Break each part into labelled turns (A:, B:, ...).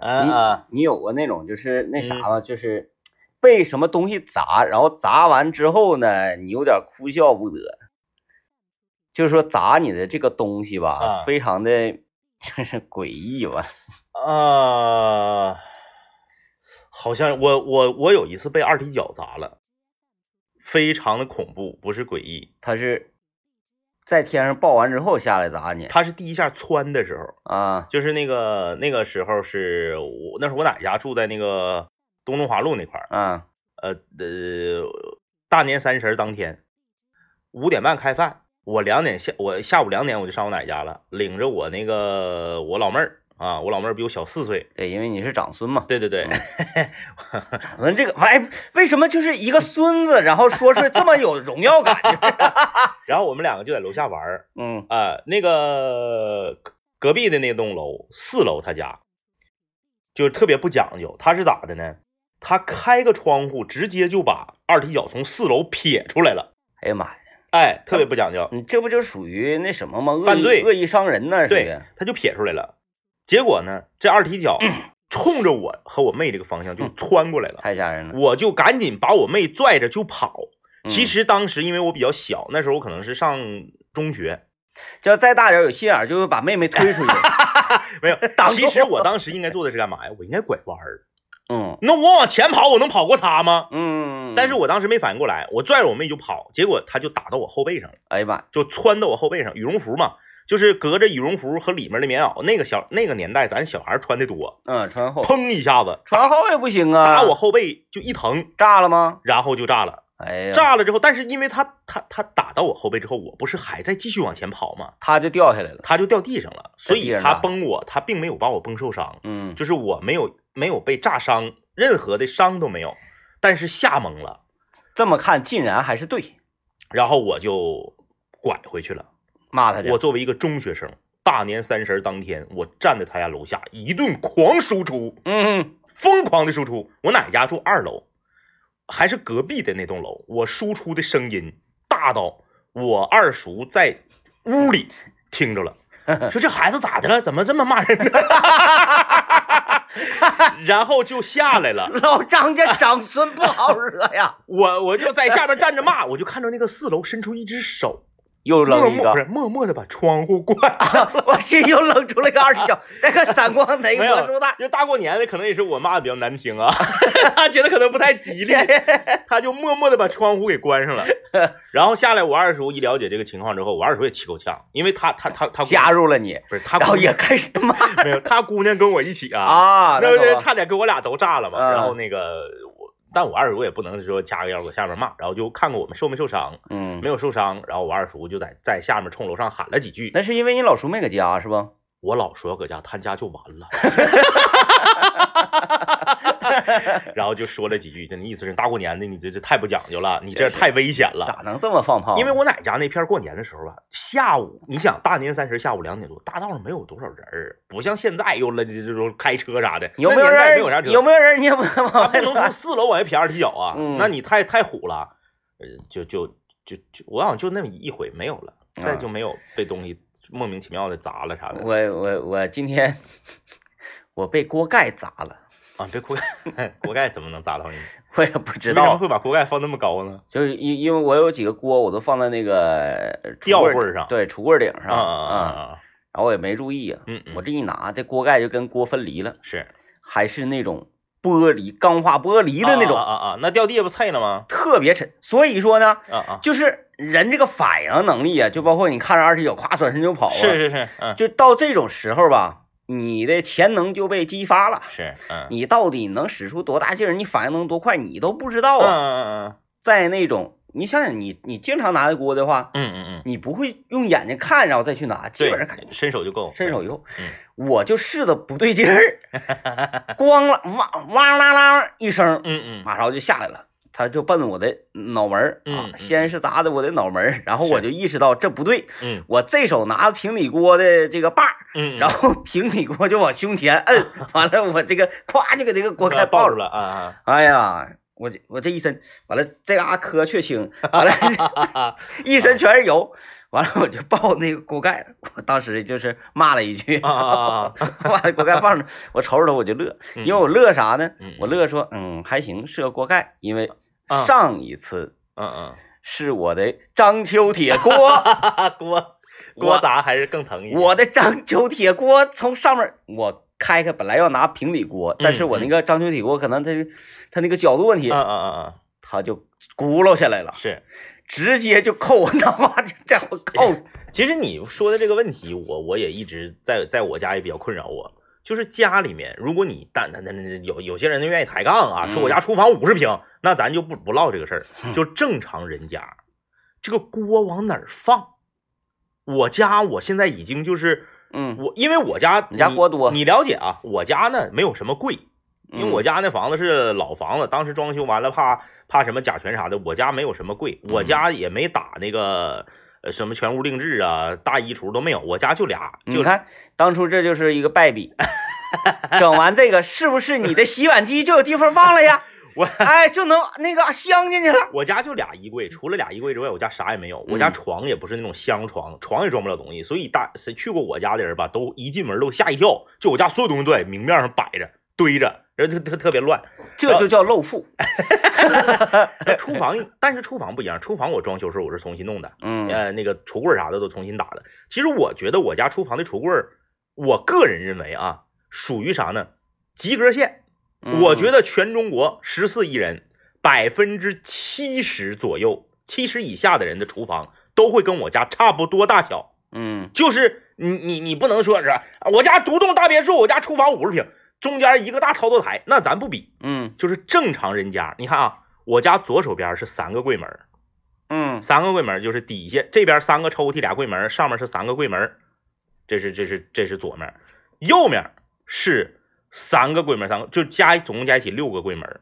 A: 你
B: 啊
A: 你有过那种就是那
B: 嗯
A: 啥吗？就是被什么东西砸，然后砸完之后呢，你有点哭笑不得。就是说砸你的这个东西吧
B: 啊，
A: 非常的就是诡异吧。
B: 啊，好像我我我有一次被二踢脚砸了，非常的恐怖，不是诡异，
A: 它是在天上爆完之后下来砸你
B: 他是第一下窜的时候，
A: 啊
B: 就是那个那个时候是我那时候我奶家住在那个东东华路那块儿，
A: 啊
B: 呃呃，大年三十儿当天五点半开饭，我两点下我下午两点我就上我奶家了，领着我那个我老妹儿啊，我老妹儿比我小四岁，
A: 对，因为你是长孙嘛。
B: 对对对，
A: 长孙这个哎，为什么就是一个孙子，然后说出这么有荣耀感？
B: 然后我们两个就在楼下玩儿。
A: 嗯
B: 啊、那个隔隔壁的那栋楼，四楼他家，就是特别不讲究。他是咋的呢？他开个窗户，直接就把二踢脚从四楼撇出来了。
A: 哎呀妈呀，
B: 哎，特别不讲究，
A: 你这不就属于那什么吗？恶意
B: 犯罪
A: 恶意伤人呢？属于
B: 对，他就撇出来了。结果呢，这二踢 脚冲着我和我妹这个方向就
A: 嗯
B: 窜过来 了，
A: 太吓人了。
B: 我就赶紧把我妹拽着就跑。
A: 嗯
B: 其实当时因为我比较小，那时候我可能是上中学，
A: 就要再大点儿有心眼儿，就会把妹妹推出去。
B: 没有
A: 挡。住
B: 其实我当时应该做的是干嘛呀？我应该拐弯儿。
A: 嗯
B: 那我往前跑，我能跑过他吗？
A: 嗯，
B: 但是我当时没反应过来，我拽着我妹就跑，结果他就打到我后背上了，
A: 哎呀妈，
B: 就窜到我后背上。羽绒服嘛，就是隔着羽绒服和里面的棉袄，那个小那个年代咱小孩穿的多，
A: 嗯，穿后
B: 砰一下子
A: 穿后也不行啊，
B: 打我后背就一疼，
A: 炸了吗？
B: 然后就炸了。
A: 哎呀，
B: 炸了之后，但是因为他他他打到我后背之后，我不是还在继续往前跑吗？
A: 他就掉下来了。
B: 他就掉地上了，所
A: 在地
B: 以
A: 上
B: 他
A: 炸
B: 崩我，他并没有把我崩受伤，
A: 嗯，
B: 就是我没有没有被炸伤，任何的伤都没有，但是吓懵了。
A: 这么看竟然还是对，
B: 然后我就拐回去了。
A: 骂他去。
B: 我作为一个中学生，大年三十儿当天，我站在他家楼下一顿狂输出，
A: 嗯，
B: 疯狂的输出。我奶家住二楼，还是隔壁的那栋楼，我输出的声音大到我二叔在屋里听着了。说这孩子咋的了？怎么这么骂人呢？ 然后就下来了，
A: 老张家长孙不好惹 呀，
B: 我我就在下边站着骂，我就看着那个四楼伸出一只手，
A: 又
B: 默
A: 扔一
B: 默不
A: 个，
B: 是默默的把窗户关。
A: 我是又扔出来个二踢脚，那个闪光雷
B: 没
A: 魔术
B: 有
A: 弹，。
B: 就大过年的，可能也是我骂的比较难听 啊，他觉得可能不太吉利，他就默默的把窗户给关 上了。然后下来，我二叔一了解这个情况之后，我二叔也气够呛，因为他他他他
A: 加入了你，
B: 不是他
A: 然后
B: 姑
A: 也
B: 娘
A: 开始骂
B: 没有他姑娘跟我一起啊，
A: 啊，
B: 那不
A: 那
B: 是
A: 可不
B: 差点给我俩都炸了嘛。
A: 嗯
B: 然后那个我，但我二叔也不能说掐个腰搁下面骂，然后就看看我们受没受伤，
A: 嗯
B: 没，有受伤。然后我二叔就在在下面冲楼上喊了几句，
A: 那是因为你老叔没搁家是不？
B: 我老说要搁家，他家就完 了。然后就说了几句，就那意思是大过年的，你这这太不讲究了，你这太危险了。
A: 咋能这么放炮？啊
B: 因为我奶家那片儿过年的时候吧，啊下午你想大年三十下午两点多，大道上没有多少人儿，不像现在又了这种开车啥的，
A: 有没有
B: 那年代
A: 人？
B: 没有啥车，
A: 有没有人？你也不能
B: 他
A: 往
B: 不
A: 外
B: 能从四楼往下撇二踢脚啊，
A: 嗯
B: 那你太太虎了，呃，就就就就我好像就那么一回没有了，再
A: 啊
B: 就没有被东西莫名其妙的砸了啥的。
A: 我我我今天我被锅盖砸了，
B: 啊，别锅盖，锅盖怎么能砸到你？
A: 我也不知
B: 为什么
A: 道，
B: 会把锅盖放那么高呢？
A: 就是因因为我有几个锅我都放在那个呃
B: 吊
A: 橱柜
B: 柜
A: 儿
B: 上
A: 对，橱柜顶上啊，
B: 啊！
A: 然后我也没注意啊，
B: 嗯嗯，
A: 我这一拿，这锅盖就跟锅分离了，
B: 是
A: 还是那种玻璃钢化玻璃的那
B: 啊
A: 种，
B: 啊啊啊！那掉地下不菜了吗？
A: 特别沉。所以说呢，
B: 啊啊，
A: 就是人这个反应能力啊，就包括你看着二踢脚，咵转身就跑啊，
B: 是是是，嗯
A: 就到这种时候吧，你的潜能就被激发了。
B: 是嗯
A: 你到底能使出多大劲儿？你反应能多快？你都不知道
B: 嗯
A: 啊。
B: 嗯
A: 在那种你想想你，你经常拿的锅的话，
B: 嗯嗯嗯，
A: 你不会用眼睛看，然后再去拿，基本上感觉
B: 对，伸手就够，
A: 伸手以后，
B: 嗯
A: 我就试的不对劲儿， 咣了哇哇啦啦一声，
B: 嗯嗯
A: 马上就下来了。他就奔我的脑门儿啊
B: 嗯，嗯
A: 先是砸的我的脑门儿，然后
B: 是
A: 我就意识到这不对，
B: 嗯
A: 我这手拿着平底锅的这个把儿，
B: 嗯，
A: 然后平底锅就往胸前 摁，完了我这个咵就给这个锅盖
B: 抱
A: 抱
B: 住
A: 住了。
B: 了啊
A: 哎呀，我这我这一身完了，这嘎、磕却青，完了
B: 啊！
A: 一身全是油。完了我就抱那个锅盖，我当时就是骂了一句，
B: 啊啊啊啊！
A: 我把锅盖放着，我瞅着他我就乐，因为我乐啥呢？
B: 嗯
A: 我乐说，嗯，还行，是个锅盖，因为
B: 啊
A: 上一次
B: 嗯嗯
A: 是我的章丘铁 锅，
B: 嗯，锅锅砸还是更疼一点。
A: 我的章丘铁锅从上面我开开，本来要拿平底锅，但是我那个章丘铁锅可能它它那个角度问题
B: 嗯，嗯嗯
A: 它就轱辘下来了
B: 嗯，，是。
A: 直接就扣我脑
B: 啊
A: 瓜，就 这我扣，
B: 其实你说的这个问题，我我也一直在在我家也比较困扰我，就是家里面，如果你但但但但有有些人愿意抬杠啊，
A: 嗯
B: 说我家厨房五十平，那咱就不不唠这个事儿，
A: 嗯
B: 就正常人家这个锅往哪儿放，我家我现在已经就是
A: 嗯，
B: 我，因为我家
A: 你家锅多
B: 你了解啊，我家呢没有什么柜，嗯因为我
A: 家
B: 家那房子是老房子，当时装修完了怕怕什么甲醛啥的，我家没有什么柜，
A: 嗯
B: 我家也没打那个呃什么全屋定制啊、大衣橱都没有，我家就俩，
A: 嗯你
B: 就
A: 看当初这就是一个败笔。 整完这个，是不是你的洗碗机就有地方放了呀？
B: 我
A: 哎，就能那个镶进去了。
B: 我家就俩衣柜，除了俩衣柜之外，我家啥也没有，我家
A: 嗯
B: 床也不是那种箱床，床也装不了东西，所以大谁去过我家的人吧，都一进门都吓一跳，就我家所有东西都在明面上摆着堆着，然后特特特别乱，
A: 这就叫露富。
B: 呃厨房，但是厨房不一样，厨房我装修时候我是重新弄的，
A: 嗯
B: 呃，那个橱柜啥的都重新打的。其实我觉得我家厨房的橱柜儿，我个人认为啊，属于啥呢？及格线。我觉
A: 得
B: 得全中国十四亿人，百分之七十左右，七十以下的人的厨房都会跟我家差不多大小。
A: 嗯
B: 就是你你你不能说是吧我家独栋大别墅，我家厨房五十平，中间一个大操作台，那咱不比。
A: 嗯
B: 就是正常人家，你看啊，我家左手边是三个柜门儿，
A: 嗯
B: 三个柜门儿就是底下这边三个抽屉俩柜门儿，上面是三个柜门儿，这是这是这是左面儿，右面儿是三个柜门儿，三个就加总共加一起六个柜门儿，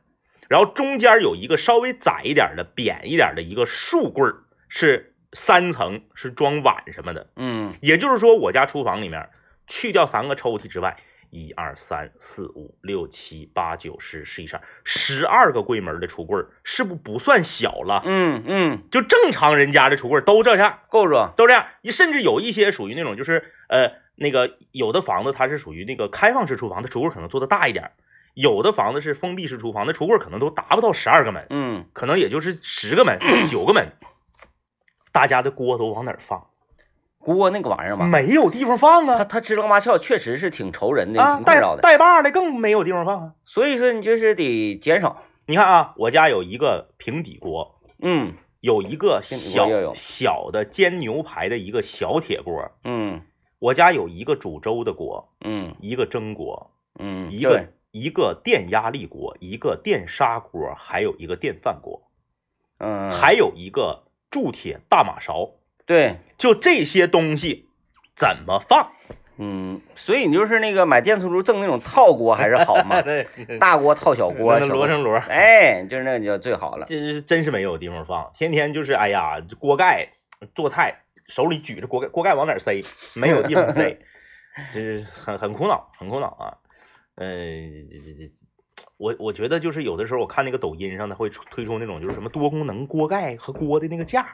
B: 然后中间有一个稍微窄一点儿的、扁一点儿的一个竖柜儿，是三层，是装碗什么的。
A: 嗯
B: 也就是说，我家厨房里面去掉三个抽屉之外，一二三四五六七八九十十一十二十二个柜门儿的橱柜儿，是不不算小了？
A: 嗯嗯，
B: 就正常人家的橱柜都这样，
A: 够住。
B: 都这样，甚至有一些属于那种就是呃那个有的房子它是属于那个开放式厨房，它橱柜可能做的大一点儿；有的房子是封闭式厨房，那橱柜可能都达不到十二个门，
A: 嗯，
B: 可能也就是十个门、 九个门。大家的锅都往哪儿放？
A: 锅那个玩意儿吧，
B: 没有地方放
A: 它
B: 啊！
A: 它支棱八翘，确实是挺愁人的，
B: 啊，
A: 挺困
B: 带
A: 扰的。
B: 带把儿的更没有地方放啊！
A: 所以说你就是得减少。
B: 你看啊，我家有一个平底锅，
A: 嗯
B: 有一个
A: 平底锅也
B: 小
A: 有
B: 小的煎牛排的一个小铁锅，
A: 嗯
B: 我家有一个煮粥的锅，
A: 嗯
B: 一个蒸锅，
A: 嗯，
B: 一个
A: 对
B: 一个电压力锅，一个电砂锅，还有一个电饭锅，
A: 嗯
B: 还有一个铸铁大马勺。
A: 对。
B: 就这些东西怎么 放？，
A: 嗯，所以你就是那个买电磁炉赠那种套锅还是好 嘛
B: 对，
A: 大锅套小锅，啊
B: 那
A: 小
B: 摞
A: 锅
B: 成摞，
A: 哎，就是那个就最好了。
B: 这是真是没有地方放，天天就是哎呀，锅盖做菜手里举着锅盖，锅盖往哪儿塞？没有地方 塞，这是很很苦恼，很苦恼啊。嗯，这这这，我我觉得就是有的时候我看那个抖音上，它会出推出那种就是什么多功能锅盖和锅的那个架，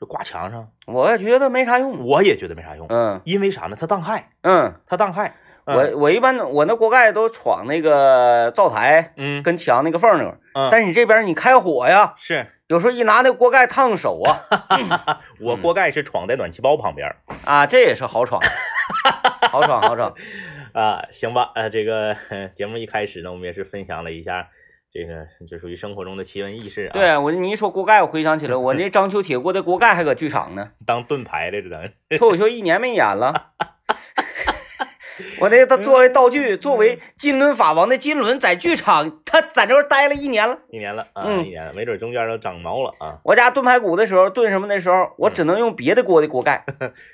B: 就挂墙上，
A: 我觉得没啥用。
B: 我也觉得没啥用，
A: 嗯
B: 因为啥呢？它挡害，
A: 嗯，
B: 它挡害。嗯
A: 我我一般我那锅盖都闯那个灶台
B: 嗯，
A: 跟墙那个缝儿那块儿，
B: 嗯
A: 但是你这边你开火呀，
B: 是
A: 有时候一拿那锅盖烫手 啊嗯
B: 我锅盖是闯在暖气包旁边儿。
A: 啊，这也是豪爽，豪爽 豪爽。
B: 啊，行吧，呃，这个呃节目一开始呢，我们也是分享了一下这个这属于生活中的奇闻异事啊，，
A: 对我你一说锅盖，我回想起来我那章丘铁锅的锅盖还搁剧场呢，
B: 当盾牌的这等于
A: 脱口秀一年没演了。我那个作为道
B: 嗯
A: 具，作为金轮法王的金轮在剧场，他在这块儿待了一年了。
B: 一年了啊，
A: 嗯
B: 一年了，没准中间都长毛了啊，
A: 我家炖排骨的时候，炖什么的时候，
B: 嗯
A: 我只能用别的锅的锅盖，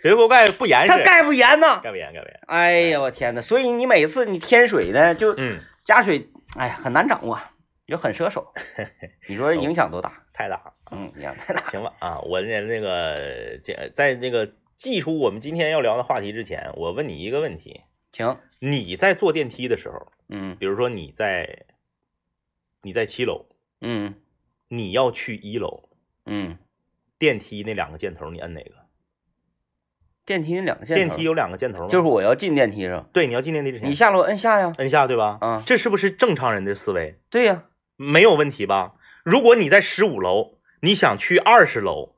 B: 这锅盖不严实，
A: 它盖不严呐。
B: 哎盖不严，盖不严，
A: 哎呀，我天呐，所以你每次你添水呢，就
B: 嗯，
A: 加水，哎呀，很难掌握，也很 奢手。你说影响多大？
B: 太大了，
A: 嗯，影响太大。
B: 行吧啊，我这那个这在那个记出我们今天要聊的话题之前，我问你一个问题，
A: 行，
B: 你在坐电梯的时候，
A: 嗯
B: 比如说你在你在七楼，
A: 嗯
B: 你要去一楼，
A: 嗯，
B: 电梯那两个箭头你摁哪个？
A: 电梯两个箭
B: 电
A: 头
B: 梯有两个箭头吗？
A: 就是我要进电梯上，
B: 对，你要进电梯之前，
A: 你下楼摁下呀。
B: 摁下对吧？
A: 啊
B: 这是不是正常人的思维？
A: 对呀、
B: 没有问题吧？如果你在十五楼，你想去二十楼，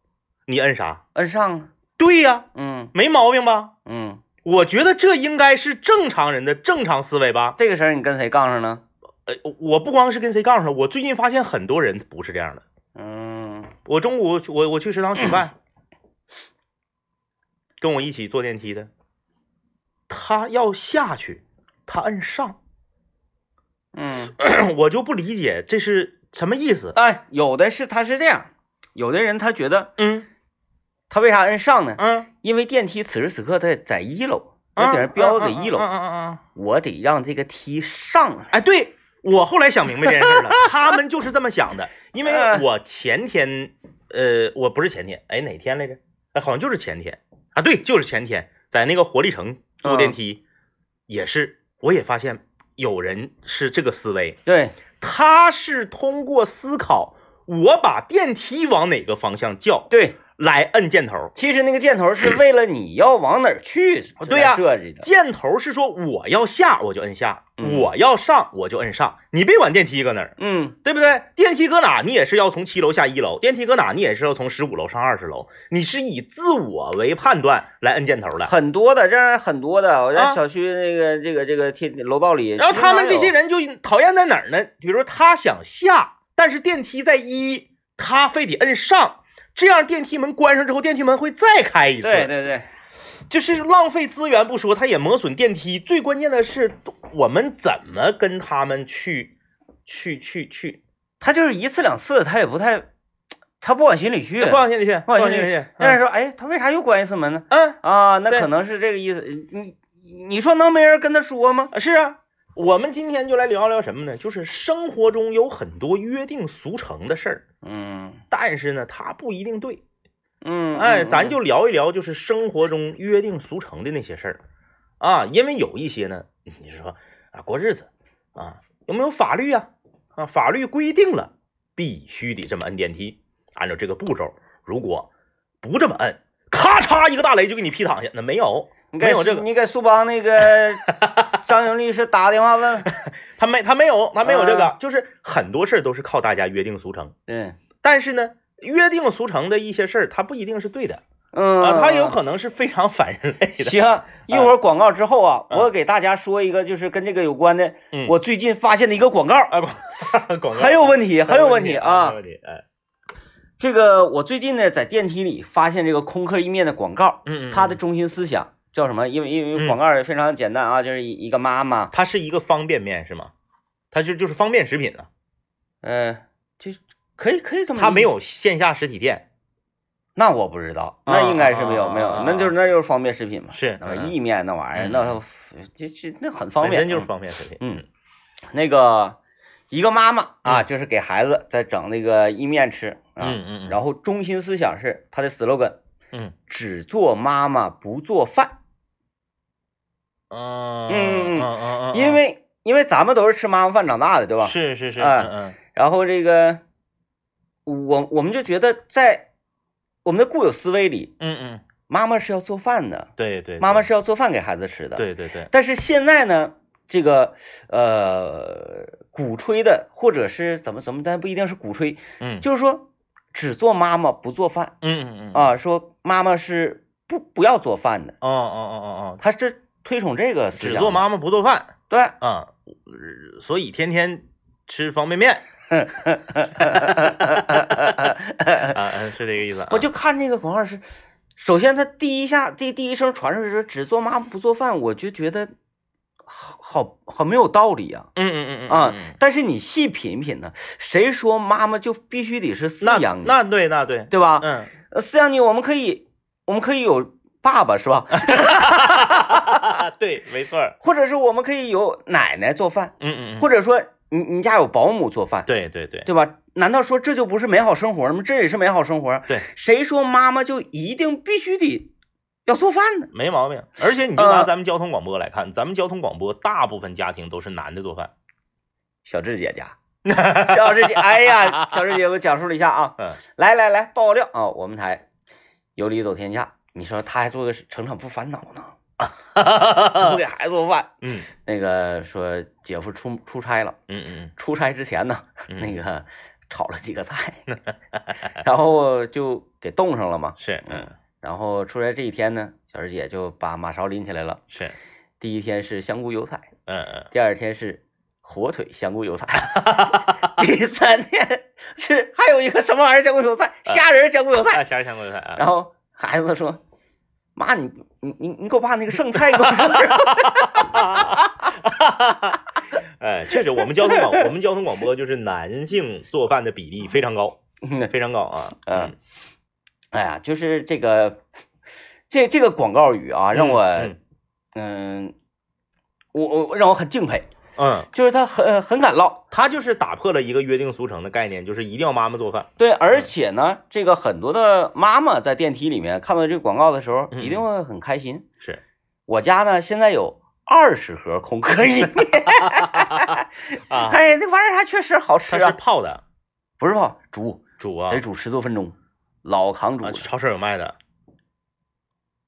B: 你摁啥？
A: 摁上啊。
B: 对呀、
A: 嗯
B: 没毛病吧？
A: 嗯，
B: 我觉得这应该是正常人的正常思维吧。
A: 这个事儿你跟谁杠上了？
B: 呃，我不光是跟谁杠上，我最近发现很多人不是这样的。
A: 嗯
B: 我中午我我去食堂取饭，跟我一起坐电梯的，他要下去，他摁上，
A: 嗯，
B: 我就不理解这是什么意思。
A: 哎，有的是他是这样，有的人他觉得
B: 嗯
A: 他为啥摁上呢？
B: 嗯，
A: 因为电梯此时此刻它在一楼，
B: 嗯
A: 它在那标着
B: 嗯
A: 一
B: 嗯
A: 楼，
B: 嗯嗯嗯嗯。
A: 我得让这个梯上来。
B: 哎，对我后来想明白这件事了，他们就是这么想的，因为
A: 哎
B: 我前天，呃，我不是前天，哎，哪天来着？哎，好像就是前天啊，对，就是前天，在那个活力城坐电梯，也是，我也发现有人是这个思维，
A: 对，
B: 他是通过思考我把电梯往哪个方向叫
A: 对，
B: 来摁箭头，
A: 其实那个箭头是为了你要往哪儿去，
B: 哦对呀
A: 设计的。
B: 箭头是说我要下我就摁下，
A: 嗯
B: 我要上我就摁上，你别管电梯搁哪儿。
A: 嗯，
B: 对不对？电梯搁哪，你也是要从七楼下一楼；电梯搁哪，你也是要从十五楼上二十楼。你是以自我为判断来摁箭头的。
A: 很多的，这样很多的，我
B: 啊
A: 在小区那个、这个这个天楼道里，
B: 然后他们这些
A: 经常有，
B: 人就讨厌在哪儿呢？比如说他想下，但是电梯在一，他非得摁上，这样电梯门关上之后，电梯门会再开一次，
A: 对对对，
B: 就是浪费资源不说，他也磨损电梯。最关键的是，我们怎么跟他们去去去去，
A: 他就是一次两次，他也不太，他不往心里去，
B: 不往心里去，不
A: 不往
B: 往
A: 心
B: 心
A: 里
B: 里去。
A: 让人
B: 嗯
A: 说，哎，他为啥又关一次门呢？
B: 嗯。
A: 啊，那
B: 对
A: 可能是这个意思。你你说能没人跟他说吗？
B: 啊，是啊，我们今天就来聊聊什么呢？就是生活中有很多约定俗成的事儿，
A: 嗯
B: 但是呢，它不一定对。
A: 嗯，
B: 哎，
A: 嗯
B: 咱就聊一聊，就是生活中约定俗成的那些事儿啊，因为有一些呢，你说啊，过日子啊，有没有法律啊？啊，法律规定了，必须得这么摁电梯，按照这个步骤，如果不这么摁，咔嚓一个大雷就给你劈躺下，那没有，
A: 你
B: 没
A: 给
B: 有这个，
A: 你给苏邦 那个张勇律师打电话问，
B: 他没他没有他没有这个，
A: 啊
B: 就是很多事儿都是靠大家约定俗成。
A: 嗯
B: 但是呢，约定俗成的一些事儿，它不一定是对的
A: 嗯
B: 啊，它有 可能是非常反人类的。
A: 行，一会儿广告之后啊，
B: 嗯
A: 我给大家说一个就是跟这个有关的，
B: 嗯
A: 我最近发现的一个广告，
B: 啊，不 广告
A: 很有问题，很有问
B: 问
A: 题
B: 啊，
A: 啊
B: 很有。问题哎，
A: 这个我最近呢在电梯里发现这个空客意面的广告，
B: 嗯，嗯
A: 它的
B: 嗯
A: 中心思想叫什么？因为因为
B: 嗯
A: 广告也非常简单啊，就是一一个妈妈，
B: 它是一个方便面是吗？它就就是方便食品啊，
A: 嗯，就可以可以这么理解，
B: 它没有线下实体店，
A: 那我不知道，
B: 啊
A: 那应该是没有、
B: 啊
A: 没有
B: 啊，
A: 那就是那就是方便食品嘛，
B: 是
A: 那
B: 嗯
A: 意面那玩意儿，
B: 嗯
A: 那这这那很方
B: 本
A: 便，
B: 身就是方便食品。
A: 嗯，那个一个妈妈啊，
B: 嗯
A: 就是给孩子在整那个意面吃啊，
B: 嗯嗯嗯
A: 然后中心思想是她的 slogan，
B: 嗯
A: 只做妈妈不做饭，
B: 嗯
A: 嗯
B: 嗯嗯嗯，
A: 因为因为咱们都是吃妈妈饭长大的，对吧？
B: 是是是，
A: 哎
B: 嗯
A: 然后这个我我们就觉得在我们的固有思维里，
B: 嗯嗯嗯，
A: 妈妈是要做饭的，
B: 对对，
A: 妈妈
B: 对
A: 是要做饭给孩子吃的，。
B: 对对对，
A: 但是现在呢，这个呃鼓吹的或者是怎么怎么，但不一定是鼓吹，
B: 嗯
A: 就是说只做妈妈不做饭
B: 嗯嗯嗯，
A: 啊，说妈妈是不不要做饭的，
B: 哦哦哦哦哦，
A: 他是推崇这个思
B: 只
A: 想，
B: 做妈妈不做饭，
A: 对，
B: 啊，呃所以天天吃方便面啊，嗯是这个意思啊。
A: 我就看这个广告是，首先他第一下第第一声传出去说只做妈妈不做饭，我就觉得好好好没有道理啊。
B: 嗯嗯嗯嗯
A: 啊
B: 嗯，
A: 但是你细品一品呢，谁说妈妈就必须得是饲
B: 那
A: 养你，
B: 那对那对，
A: 对吧？
B: 嗯，
A: 呃饲养你，我们可以，我们可以有爸爸是吧？
B: 哎对，没错儿，
A: 或者是我们可以有奶奶做饭，
B: 嗯嗯嗯，
A: 或
B: 者
A: 者说你你家有保姆做饭，
B: 对对对
A: 对吧？难道说这就不是美好生活吗？这也是美好生活。啊
B: 对，
A: 谁说妈妈就一定必须得要做饭呢？
B: 没毛病。而且你就拿
A: 呃
B: 咱们交通广播来看，咱们交通广播大部分家庭都是男的做饭，
A: 小智姐 家，小智姐，哎 呀，小智姐，我讲述了一下啊，
B: 嗯
A: 来来来，爆个料啊，我们台有理走天下，你说他还做个成长不烦恼呢，他不
B: 嗯
A: 给孩子做饭。
B: 嗯
A: 那个说姐夫出出差了，
B: 嗯
A: 出差之前呢，
B: 嗯
A: 那 个炒了几个菜，然后就给冻上了嘛。
B: 是
A: 嗯
B: 嗯
A: 然后出来这一天呢，小师姐就把马勺拎起来了。
B: 是
A: 第一天是香菇油菜，
B: 嗯嗯
A: 第二天是火腿香菇油菜， 第三天是还有一个什么玩意儿香菇油菜，虾仁儿香菇油
B: 啊
A: 菜。
B: 虾仁香锅菜啊，
A: 然后孩子说：“妈，你你你你给我把那个剩菜给我说说。
B: 哎，确实，我们交通广我们交通广播就是男性做饭的比例非常高，”
A: 嗯
B: 非常高啊。
A: 嗯，哎呀，就是这个这这个广告语啊，让我
B: 嗯
A: 嗯，我我我让我很敬佩，
B: 嗯，
A: 就是他很很敢唠。
B: 他就是打破了一个约定俗成的概念，就是一定要妈妈做饭。
A: 对，而且呢，这个很多的妈妈在电梯里面看到这个广告的时候，
B: 嗯
A: 一定会很开心。
B: 是，
A: 我家呢现在有二十盒空可以，
B: 啊，
A: 哎，那玩意儿还确实好吃
B: 它是
A: 啊，
B: 泡的，
A: 不是吧？煮
B: 煮啊
A: 得，煮十多分钟，老扛煮
B: 啊，
A: 的。
B: 去超市有卖的，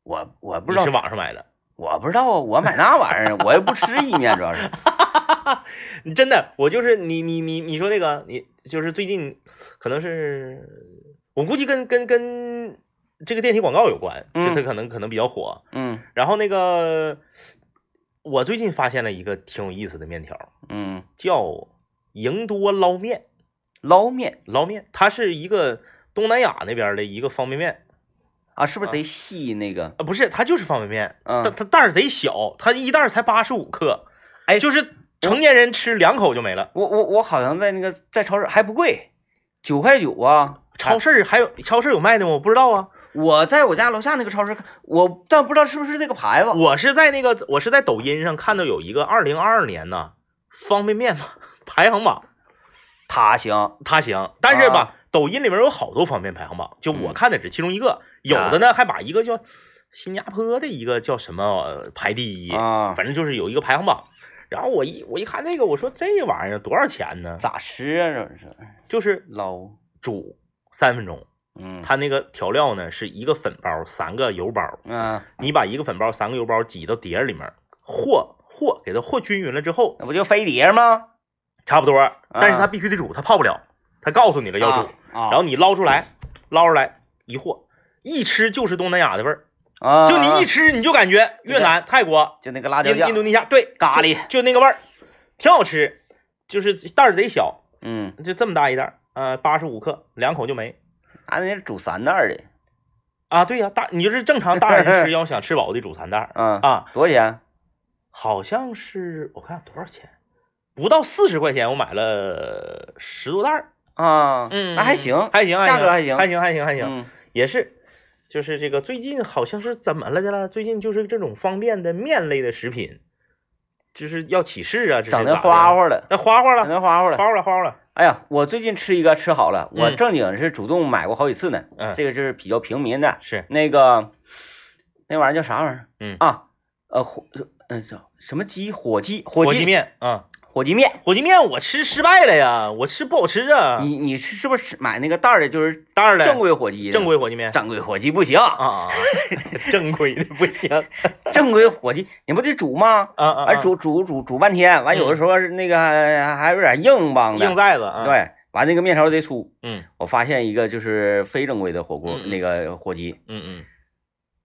A: 我我不
B: 你
A: 知道
B: 是，网上买的。
A: 我不知道啊，我买那玩意儿，我又不吃意面，主要是
B: 你真的，我就是你你你你说那个，你就是最近可能是我估计跟跟跟这个电梯广告有关，就它
A: 嗯
B: 可能可能比较火。
A: 嗯
B: 然后那个我最近发现了一个挺有意思的面条，
A: 嗯，
B: 叫赢多捞面，
A: 捞面
B: 捞面，它是一个东南亚那边的一个方便面
A: 啊，是不是
B: 啊
A: 得细那个？
B: 啊、不是，它就是方便面，它
A: 嗯，
B: 它袋儿贼小，它一袋儿才八十五克，哎，就是成年人吃两口就没了。
A: 我我我好像在那个在超市还不贵，九块九啊，
B: 超市儿还有超市儿有卖的吗？我不知道啊，
A: 我在我家楼下那个超市看，我但不知道是不是这个牌子。
B: 我是在那个我是在抖音上看到有一个二零二二年呢方便面嘛排行榜，
A: 它行，
B: 它行，但是吧，
A: 啊
B: 抖音里面有好多方便面排行榜，就我
A: 嗯啊
B: 看的只是其中一个，有的呢还把一个叫新加坡的一个叫什么呃排第一，
A: 啊，
B: 反正就是有一个排行榜。然后我一我一看那个，我说这玩意儿多少钱呢？
A: 咋吃啊？这是
B: 就是
A: 捞，
B: 煮三分钟，
A: 嗯，
B: 它那个调料呢是一个粉包，三个油包。
A: 嗯，
B: 你把一个粉包、三个油包挤到碟儿里面，和和给它和均匀了之后，
A: 那不就飞碟吗？
B: 差不多。但是它必须得煮，它泡不了。它告诉你了要煮，
A: 啊，
B: 然后你捞出来，捞出来一和，一吃就是东南亚的味儿，
A: 啊，
B: 就你一
A: 啊
B: 吃你就感觉越南、泰国、
A: 就那个辣椒
B: 印
A: 酱
B: 印，度尼西亚对
A: 咖
B: 就
A: 喱
B: 就那个味儿，挺好吃，就是袋儿贼小，
A: 嗯，
B: 就这么大一袋儿，呃，八十五克，两口就没。
A: 拿那煮三袋儿的，
B: 啊，对呀、大你就是正常大 人吃，要想吃饱的煮三袋儿
A: 嗯，
B: 啊，
A: 多少钱？
B: 好像是我看多少钱，不到四十块钱，我买了十多袋儿，
A: 啊，
B: 嗯，
A: 那还行，
B: 还行，还
A: 价
B: 行
A: 格还行
B: 还行，还行，还行，
A: 嗯，
B: 也是，就是这个最近好像是怎么了的了？最近就是这种方便的面类的食品，就是要起势啊，这是
A: 整
B: 咋
A: 的
B: 的了，
A: 花花了，
B: 那花花
A: 整
B: 了，
A: 的花花
B: 花
A: 了。
B: 花了，花花了，
A: 哎呀，我最近吃一个吃好了，我
B: 嗯
A: 正经是主动买过好几次呢。
B: 嗯
A: 这个就是比较平民的，
B: 是，
A: 那个那玩意儿叫啥玩意儿？
B: 嗯
A: 啊，呃火呃叫什么鸡？火鸡，火
B: 火鸡面啊，
A: 火鸡面。
B: 火鸡面我吃失败了呀，我吃不好吃啊，
A: 你你是是不是买那个袋儿的？就是
B: 当然了，
A: 正规火鸡的，
B: 正规火鸡面。
A: 正规火鸡不行，
B: 啊啊，啊 正规的不行啊
A: 正规火鸡你不得煮吗？
B: 啊啊，
A: 完煮煮煮煮半天，完有的时候那个还还有点硬邦的，
B: 硬寨子啊，，
A: 对，完那个面条得粗。
B: 嗯
A: 我发现一个就是非正规的火锅，
B: 嗯嗯
A: 那个火鸡
B: 嗯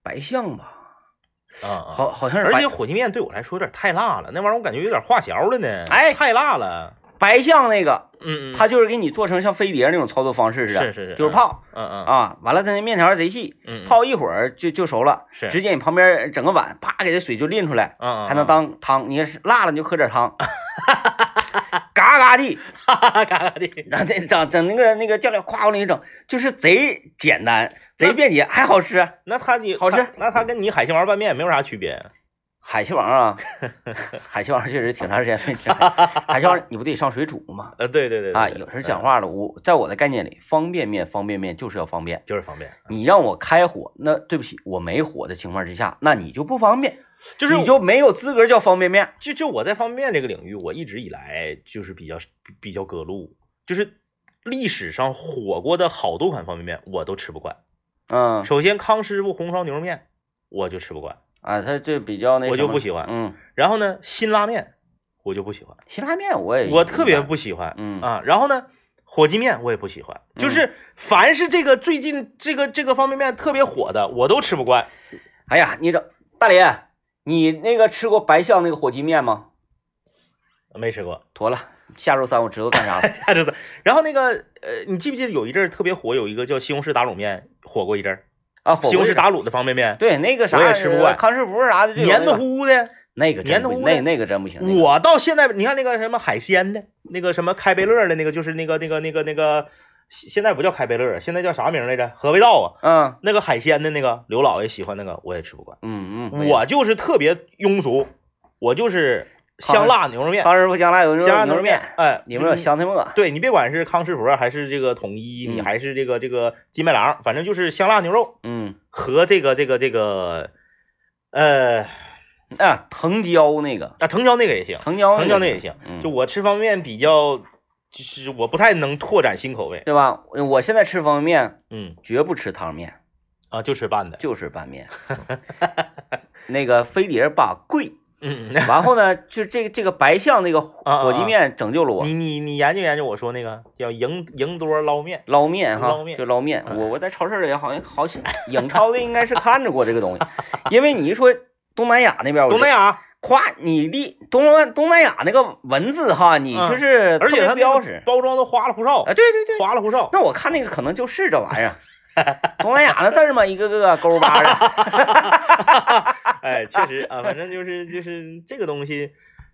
A: 白象吧，
B: 嗯啊，啊，
A: 好好像是白，
B: 而且火鸡面对我来说有点太辣了，那玩意儿我感觉有点化嚼了呢，
A: 哎
B: 太辣了，
A: 白象那个
B: 嗯嗯，
A: 它就是给你做成像飞碟那种操作方式似的，
B: 是是是
A: 就是泡、
B: 嗯嗯
A: 啊，完了它那面条贼细，
B: 嗯嗯
A: 泡一会儿就就熟了，
B: 是
A: 直接你旁边整个碗，啪给这水就淋出来，
B: 嗯嗯
A: 还能当汤，你要是辣了你就喝点汤，嘎嘎地，
B: 哈哈哈嘎嘎的，
A: 然后那整整那个那个酱料夸往里一整，就是贼简单，贼便捷，还好吃。
B: 那它你
A: 好吃
B: 它那它跟你海鲜丸拌面没有啥区别，
A: 海鲜 王啊，海鲜王确实挺长时间没吃海，海鲜王你不得上水煮吗？
B: 呃，对对对
A: 啊，
B: 对嗯对
A: 有时候讲话了，我在我的概念里，方便面方便面就是要方便。
B: 就是方便，
A: 你让我开火，那对不起，我没火的情况之下，那你就不方便，
B: 就是
A: 你就没有资格叫方便面。
B: 就就我在方便面这个领域，我一直以来就是比较比较隔路，就是历史上火锅的好多款方便面我都吃不惯，
A: 嗯
B: 首先，康师傅红烧牛肉面我就吃不惯，
A: 啊，他这比较那
B: 我
A: 什
B: 就
A: 么
B: 不喜欢
A: 嗯，
B: 然后呢，辛拉面我就不喜欢，
A: 辛拉面我也
B: 我特别
A: 一般
B: 不喜欢，
A: 嗯
B: 啊，然后呢，火鸡面我也不喜欢，就是凡是这个最近这个这个方便面特别火的，我都吃不惯。
A: 哎呀，你这大林，你那个吃过白象那个火鸡面吗？
B: 没吃过，
A: 妥了，下周三我知道干啥了。
B: 下周三。然后那个，呃，你记不记得有一阵儿特别火，有一个叫西红柿打卤面火过一阵儿，
A: 啊，火
B: 西红
A: 锅
B: 柿
A: 是
B: 打卤的方便面，
A: 对那个啥，
B: 我也吃不惯
A: 康师傅啥的就有
B: 黏
A: 那
B: 的
A: 个
B: 乎乎的。
A: 那个真
B: 黏得
A: 不行
B: 乎
A: 那
B: 的
A: 那个真不行。那个
B: 我到现在，你看那个什么海鲜的，那个什么开贝乐的那个，就是那个那个那个那个，现现在不叫开贝乐，啊现在叫啥名来着？和味道啊，
A: 嗯
B: 那个海鲜的那个，刘老爷喜欢那个，我也吃不惯。
A: 嗯嗯，不
B: 我就是特别庸俗，我就是香辣牛肉
A: 行
B: 面，
A: 康师傅香辣牛
B: 香辣牛
A: 肉牛
B: 肉
A: 肉
B: 面，
A: 面，
B: 哎，
A: 里面有
B: 就
A: 香菜末。
B: 对你别管是康师傅还是这个统一，你
A: 嗯
B: 还是这个这个金麦郎，反正就是香辣牛肉
A: 嗯
B: 和这个这个这个，呃
A: 啊，藤椒那个，
B: 啊藤椒那个也行，
A: 藤椒
B: 藤椒那也行。
A: 嗯
B: 就我吃方便面比较，就是我不太能拓展新口味，
A: 对吧？我现在吃方便面
B: 嗯
A: 绝不吃汤面，
B: 啊就吃拌的，
A: 就是拌 面。那个飞碟吧贵，
B: 嗯，
A: 然后呢，就这个这个白象那个
B: 啊
A: 火鸡面拯救了我。
B: 你你你研究研究我说那个叫赢赢多捞面，
A: 捞面哈
B: 捞，面
A: 就捞面。
B: 嗯
A: 我我在超市里好像好 像影超的应该是看着过这个东西，因为你一说东南亚那边，我就
B: 东南亚，
A: 夸你立东南东南亚那个文字哈，你
B: 嗯
A: 就是
B: 而且它那
A: 特别
B: 个
A: 标识
B: 包装都花里胡哨
A: 啊，，对对对。
B: 花里胡哨。
A: 那我看那个可能就是这玩意儿， 东南亚那字儿嘛，一个个勾巴的。
B: 哎，确实啊，反正就是就是这个东西，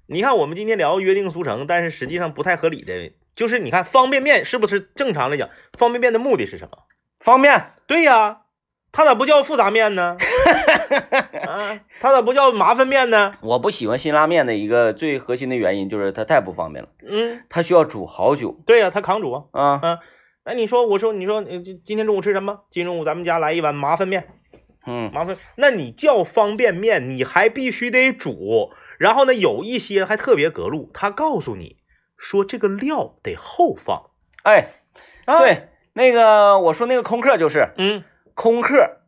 B: 你看我们今天聊约定俗成，但是实际上不太合理的，就是你看方便面是不是正常来讲，方便面的目的是什么？
A: 方便
B: 对呀，它咋不叫复杂面呢？啊，它咋不叫麻烦面呢？
A: 我不喜欢辛拉面的一个最核心的原因就是它太不方便了，
B: 嗯，
A: 它需要煮好久
B: 对呀，它扛煮啊。
A: 啊。
B: 那你说，我说，你说，呃今今天中午吃什么？今天中午咱们家来一碗麻烦面，
A: 嗯，
B: 麻烦。那你叫方便面，你还必须得煮，然后呢，有一些还特别隔路，他告诉你说这个料得后放。
A: 哎，
B: 啊，，
A: 对，那个我说那个空客就是
B: 嗯
A: 空客，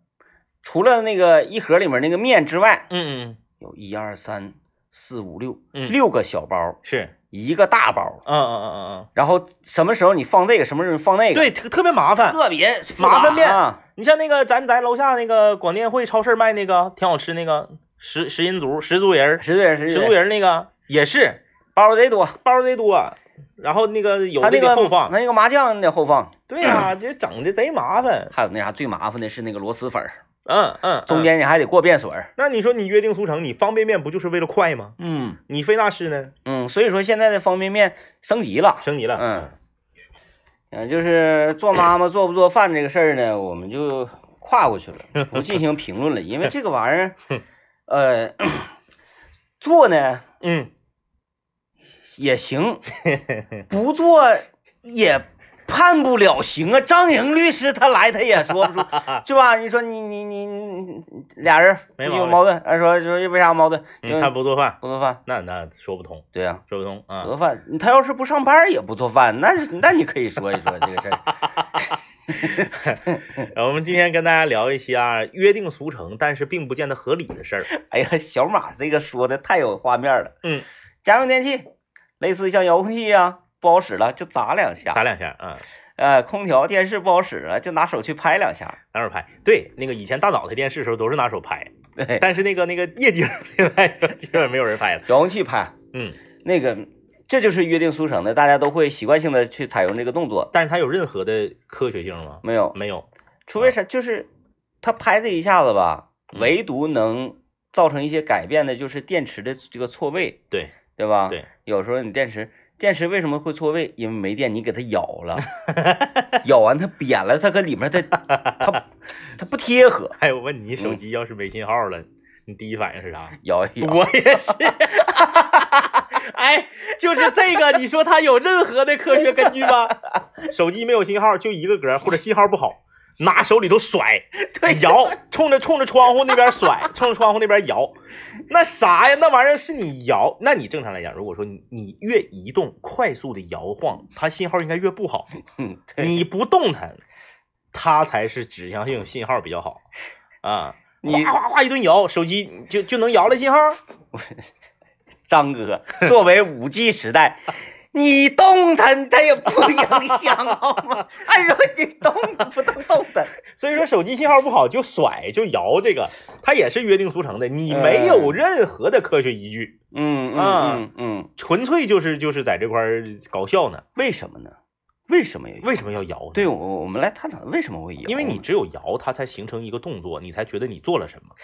A: 除了那个一盒里面那个面之外，
B: 嗯嗯，
A: 有一二三四五六
B: 嗯
A: 六个小包，
B: 是，
A: 一个大包，
B: 嗯嗯嗯嗯
A: 然后什么时候你放这个，什么时候你放那
B: 嗯，
A: 个，，
B: 对，特特别麻烦。
A: 特别复杂
B: 麻烦面
A: 啊。
B: 你像那个咱咱楼下那个广电汇超市卖那个挺好吃那个十十人族十族人儿
A: 十多人，十
B: 十
A: 多
B: 族人儿那个也是
A: 包贼多，
B: 包贼多，然后那个有
A: 他
B: 的
A: 那
B: 得
A: 个
B: 后放。
A: 那个麻酱你得后放，
B: 对呀、这整的贼麻烦。
A: 还有那啥最麻烦的是那个螺蛳粉儿，
B: 嗯嗯，嗯
A: 中。间你还得过遍水儿。
B: 那你说你约定俗成，你方便面不就是为了快吗？
A: 嗯
B: 你非那是呢？
A: 嗯，所以说现在的方便面升级了，
B: 升 级了。
A: 嗯，嗯，就是做妈妈做不做饭这个事儿呢，我们就跨过去了，不进行评论了，因为这个玩意儿，呃，做呢
B: 嗯，
A: 也行，不做也判不了刑啊。张莹律师他来他也说不 出，是吧？你说你你你你俩人
B: 没
A: 有
B: 毛
A: 矛盾，哎说说又为啥矛盾？
B: 嗯，他不做饭，
A: 不做饭，
B: 那那说不通，
A: 对呀、
B: 说不通
A: 不
B: 啊。
A: 做饭，他要是不上班也不做饭，那那你可以说一说这个事儿。
B: 然呃后我们今天跟大家聊一下约定俗成，但是并不见得合理的事儿。
A: 哎呀，小马这个说的太有画面了。
B: 嗯，
A: 家用电器，类似像遥控器呀、不好使了就砸两
B: 打
A: 下。
B: 两下啊，
A: 呃，空调、电视不好使了，就拿手去拍两下。
B: 拿手拍。对，那个以前大脑袋电视的时候都是拿手拍，
A: 对，
B: 但是那个那个液晶现在基本没有人拍了。
A: 遥控器拍
B: 嗯，
A: 那个，这就是约定俗成的，大家都会习惯性的去采用这个动作。
B: 但是它有任何的科学性吗？
A: 没有，
B: 没有。
A: 除非是就是他拍这一下子吧，
B: 嗯
A: 唯独能造成一些改变的就是电池的这个错位，
B: 对
A: 对吧？，
B: 对，
A: 有时候你电池。电池为什么会错位？因为没电，你给它咬 了，咬完它扁了，它搁里面它它 它不贴合，
B: 哎，我问你，手机要是没信号了，你第一反应是啥？
A: 咬一咬。
B: 我也是，哎，就是这个，你说它有任何的科学根据吗？手机没有信号，就一个格，或者信号不好，拿手里头甩，摇，冲着冲着窗户那边甩，冲着窗户那边摇，那啥呀？那玩意儿是你摇，那你正常来讲，如果说你你越移动快速的摇晃，它信号应该越不好，
A: 嗯，对
B: 你不动弹，它才是指向性信号比较好啊。
A: 你
B: 哗哗哗一顿摇，手机就就能摇来信号。
A: 张哥，作为五 G 时代，你动弹它也不影响好吗？按说你动不能动 弹，
B: 所以说手机信号不好就甩就摇，这个它也是约定俗成的，你没
A: 哎
B: 有任何的科学依据，
A: 嗯嗯
B: 啊
A: 嗯嗯，
B: 纯粹就是就是在这块儿搞笑呢。
A: 为什么呢？为什么有？
B: 为什么要摇呢？
A: 对我我们来探讨为什么会有，
B: 因为你只有摇，它才形成一个动作，你才觉得你做了什么。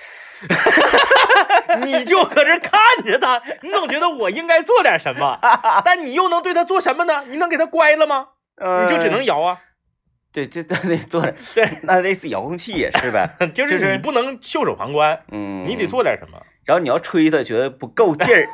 B: 你就搁这看着它，你总觉得我应该做点什 么，但你又能对它做什么呢？你能给它乖了吗？
A: 呃
B: 你就只能摇啊，
A: 对这这得做着，
B: 对，
A: 那类似遥控器也是 呗，
B: 就
A: 就是是
B: 你不能袖手旁观，
A: 嗯，
B: 你得做点什么。
A: 然后你要吹它，觉得不够劲 儿，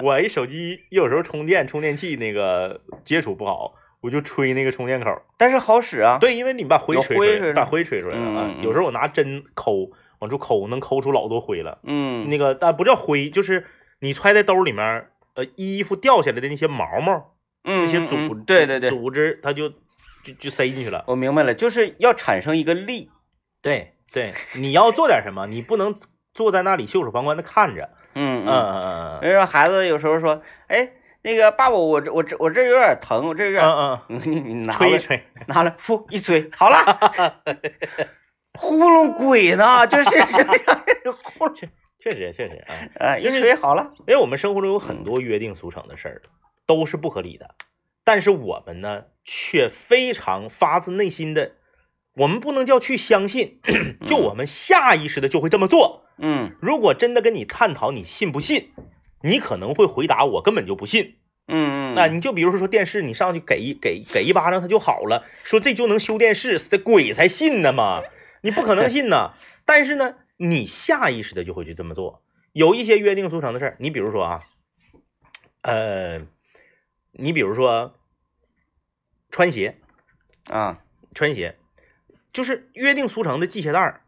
B: 我一手机有时候充电充电器那个接触不好，我就吹那个充电口儿。
A: 但是好使啊。
B: 对，因为你把灰
A: 有
B: 吹
A: 灰
B: 出
A: 是
B: 来，把
A: 吧
B: 灰吹出来了啊。
A: 嗯嗯
B: 有时候我拿针抠，往出抠，能抠出老多灰了。
A: 嗯，
B: 那个但不叫灰，就是你揣在兜里面儿，呃，衣服掉下来的那些毛毛，
A: 嗯
B: 那些
A: 嗯
B: 组、
A: 嗯对对对，
B: 组织，它就就就塞进去了。
A: 我明白了，就是要产生一个力，
B: 对对， 你要做点什么，你不能坐在那里袖手旁观的看着。
A: 嗯
B: 嗯嗯嗯嗯
A: 人说孩子有时候说，哎，那个爸爸，我这我这我这有点疼，我这有点，
B: 嗯
A: 嗯 你你
B: 嗯，
A: 拿
B: 吹一
A: 来
B: 吹。
A: 拿来，噗一吹，好 了，糊弄鬼呢，就是 糊弄，
B: 确实，确实啊，
A: 哎，一
B: 就是
A: 吹好了，
B: 因为我们生活中有很多约定俗成的事儿，都是不合理的，但是我们呢，却非常发自内心的，我们不能叫去相信，就我们下意识的就会这么做。
A: 嗯
B: 如果真的跟你探讨你信不信，你可能会回答我根本就不信。
A: 嗯嗯，
B: 那你就比如说说电视，你上去给一给给一巴掌它就好了，说这就能修电视，这鬼才信呢嘛，你不可能信呢。但是呢，你下意识的就会去这么做。有一些约定俗成的事儿，你比如说啊，呃，你比如说穿鞋，
A: 啊，
B: 穿鞋，就是约定俗成的系鞋带儿，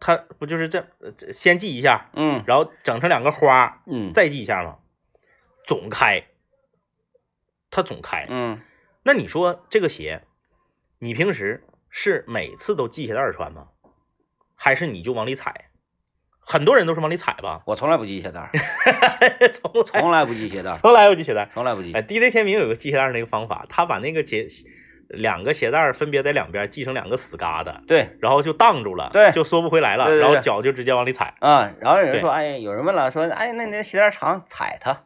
B: 它不就是这呃这先系一下，
A: 嗯
B: 然后整成两个花儿，
A: 嗯
B: 再系一下嘛，总开，它总开。
A: 嗯，
B: 那你说这个鞋，你平时是每次都系鞋带儿穿吗？还是你就往里踩？很多人都是往里踩吧
A: 我从来不系鞋带儿，
B: 从来
A: 从来不系鞋带儿，
B: 从来我系鞋带儿。
A: 从来不系
B: 哎。，DJ 天明有个系鞋带儿那个方法，他把那个鞋两个鞋带儿分别在两边儿系成两个死疙瘩。
A: 对
B: 然后就荡住了，
A: 对
B: 就缩不回来了，
A: 对对对
B: 然后脚就直接往里踩。
A: 啊，然后有人
B: 对
A: 说，哎，有人问了，说，哎，那你那鞋带儿长，踩它，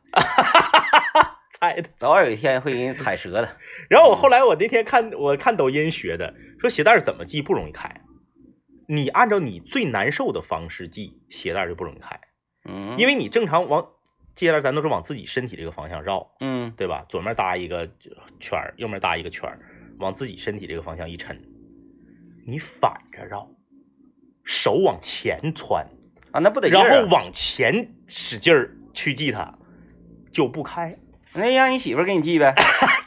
B: 踩的。
A: 早晚有一天会给你踩折的。
B: 然后我后来我那天看我看抖音学的，说鞋带儿怎么系不容易开，你按照你最难受的方式系鞋带儿就不容易开，
A: 嗯，
B: 因为
A: 为
B: 你正常往系鞋带儿咱都是往自己身体这个方向绕，
A: 嗯
B: 对吧？左面搭一个圈儿，右面搭一个圈儿，往自己身体这个方向一抻，你反着绕，手往前窜，
A: 啊，那不得劲
B: 然
A: 儿啊
B: 后往前使劲儿去系它，就不开。
A: 那让你媳妇儿给你系呗。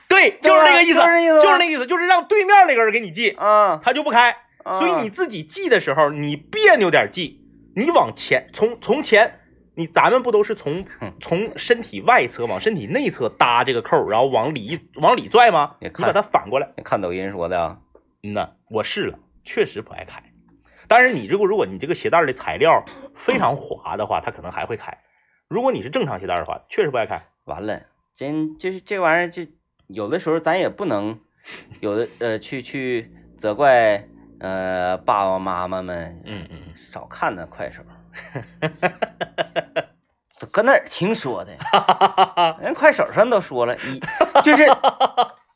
B: 对，就是这个意思，
A: 就是
B: 就是
A: 这意思吧
B: 那个意思，就是让对面那个人给你系，
A: 啊，
B: 他就不开。
A: 啊
B: 所以你自己系的时候，你别扭点系，你往前，从从前，你咱们不都是从
A: 哼
B: 从身体外侧往身体内侧搭这个扣儿，然后往里一往里拽吗？
A: 也
B: 你
A: 看
B: 把它反过来。
A: 看抖音说的啊，
B: 嗯呐，我试了，确实不爱开。但是你如果如果你这个鞋带儿的材料非常滑的话，它可能还会开。如果你是正常鞋带儿的话，确实不爱开。
A: 完了，真就是这玩意儿，就有的时候咱也不能，有的呃，去去责怪呃爸爸妈妈们，
B: 嗯嗯
A: 少看那快手，都 搁哪儿听说的？
B: 嗯，
A: 人快手上都说了，一就是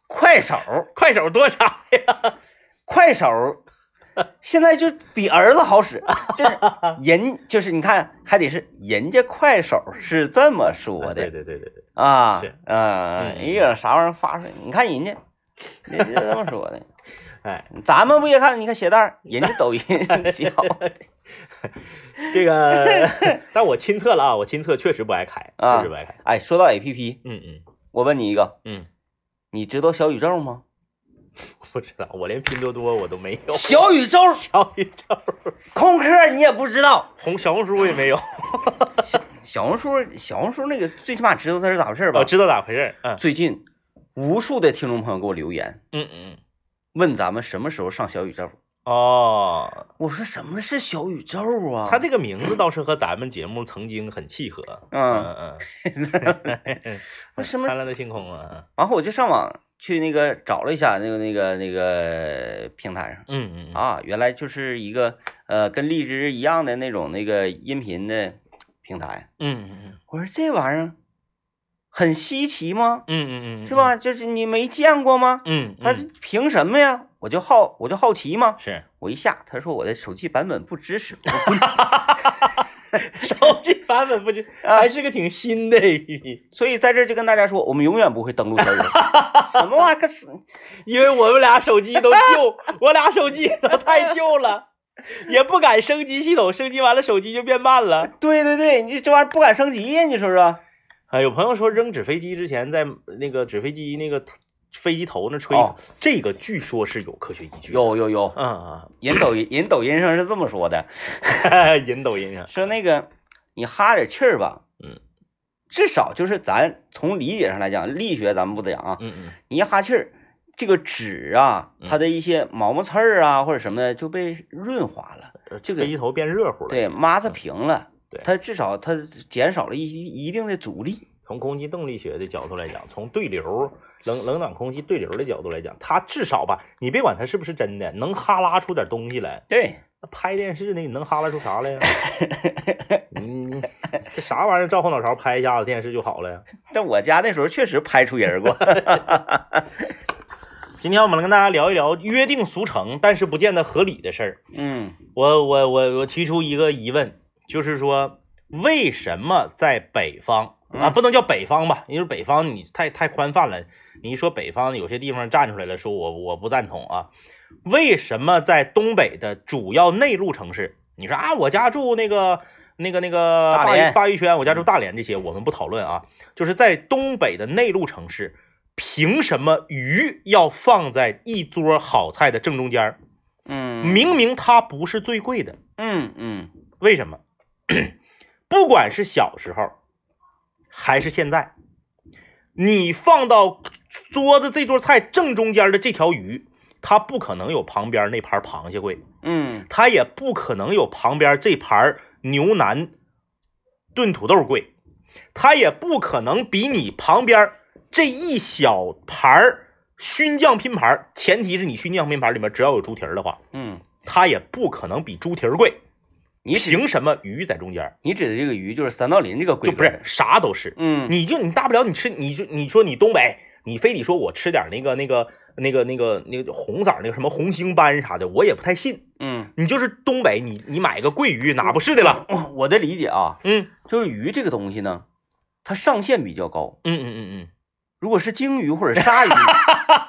A: 快手，
B: 快手多傻 呀！
A: 快手现在就比儿子好使，就是人就是你看还得是人家快手是这么说的
B: 对，对对对对，
A: 啊
B: 是，
A: 嗯，
B: 嗯
A: 一个啥玩意儿发出来，你看人家，人家这么说的，
B: 哎，
A: 咱们不也看？你看鞋带儿，人家抖音教，
B: 这 个，但我亲测了啊，我亲测确实不爱开，
A: 啊
B: 确实不爱开。
A: 哎，说到 A P P，
B: 嗯嗯
A: 我问你一个，
B: 嗯，
A: 你知道小宇宙吗？
B: 不知道，我连拼多多我都没有，
A: 小宇宙
B: 小宇宙、
A: 空客你也不知道，
B: 红小红书也 没有。
A: 小红书小红书那个最起码知道它是
B: 哦
A: 咋回事吧
B: 我？知道咋回事儿。嗯
A: 最近无数的听众朋友给我留言，
B: 嗯嗯
A: 问咱们什么时候上小宇宙。
B: 哦，
A: 我说什么是小宇宙啊？
B: 他这个名字倒是和咱们节目曾经很契合。
A: 嗯，
B: 嗯嗯，
A: 我什么
B: 灿烂的星空啊？
A: 然后我就上网去那个找了一下那个那个那个平台上
B: 嗯嗯嗯
A: 啊，原来就是一个呃跟荔枝一样的那种那个音频的平台。
B: 嗯嗯
A: 我说这玩意儿很稀奇吗？
B: 嗯嗯嗯，
A: 是？吧？就是你没见过吗？
B: 嗯，
A: 他凭什么呀？我就好，我就好奇嘛。
B: 是
A: 我一下，他说我的手机版本不支持。
B: 手机版本不知，还是个挺新的 APP，
A: 所以在这儿就跟大家说，我们永远不会登录小宇宙。什么玩意儿？可是
B: 因为我们俩手机都 旧，我俩手机都太旧了，也不敢升级系统，升级完了手机就变慢了。
A: 对对对，你这玩意儿不敢升级呀，你说说？
B: 哎，有朋友说扔纸飞机之前在那个纸飞机那个飞机头那吹，
A: 哦
B: 这个据说是有科学依据的。
A: 有有有，
B: 啊，
A: 人抖音人抖音上是这么说的，
B: 啊 引抖音上，
A: 说那个你哈点气儿吧，
B: 嗯，
A: 至少就是咱从理解上来讲，力学咱们不得讲啊，
B: 嗯嗯，
A: 你一哈气儿，这个纸啊，它的一些毛毛刺儿啊或者什么的就被润滑了，
B: 呃
A: 这个
B: 飞机头变热乎了，
A: 对，抹擦平了，
B: 对
A: 它至少它减少了一一定的阻力，
B: 从空气动力学的角度来讲，从对流冷冷暖空气对流的角度来讲，它至少吧，你别管它是不是真的，能哈拉出点东西来。
A: 对，
B: 那拍电视呢，你能哈拉出啥 来呀？嗯，这啥玩意儿？照后脑勺拍一下子电视就好了呀。
A: 但我家那时候确实拍出人过，
B: 今天我们来跟大家聊一聊约定俗成，但是不见得合理的事儿。
A: 嗯
B: 我我我我提出一个疑问，就是说为什么在北方啊，
A: 嗯
B: 不能叫北方吧？因为北方你太太宽泛了，你一说北方有些地方站出来了，说我我不赞同啊。为什么在东北的主要内陆城市，你说啊，我家住那个那个那个
A: 大
B: 鲅
A: 连
B: 鱼
A: 嗯
B: 鲅鱼圈，我家住大连这些，我们不讨论啊。就是在东北的内陆城市，凭什么鱼要放在一桌好菜的正中间儿？
A: 嗯，
B: 明明它不是最贵的。
A: 嗯嗯
B: 为什么？ 不管是小时候还是现在，你放到桌子这桌菜正中间的这条鱼，它不可能有旁边那盘螃蟹贵，
A: 嗯
B: 它也不可能有旁边这盘牛腩炖土豆贵，它也不可能比你旁边这一小盘儿熏酱拼盘儿，前提是你熏酱拼盘儿里面只要有猪蹄儿的话，
A: 嗯，
B: 它也不可能比猪蹄儿贵。
A: 你指
B: 凭什么鱼在中间儿？
A: 你指的这个鱼就是三道鳞这个
B: 就
A: 规
B: 不
A: 格的
B: 是，啥都是，
A: 嗯
B: 你就你大不了你吃，你就你说你东北，你非得说我吃点那个那个那个那个那个红色儿那个什么红星斑啥的，我也不太信。
A: 嗯，
B: 你就是东北，你你买个桂鱼哪不是的了？
A: 我我的理解啊，
B: 嗯
A: 就是鱼这个东西呢，它上限比较高。
B: 嗯嗯嗯
A: 如果是鲸鱼或者 鲨鱼，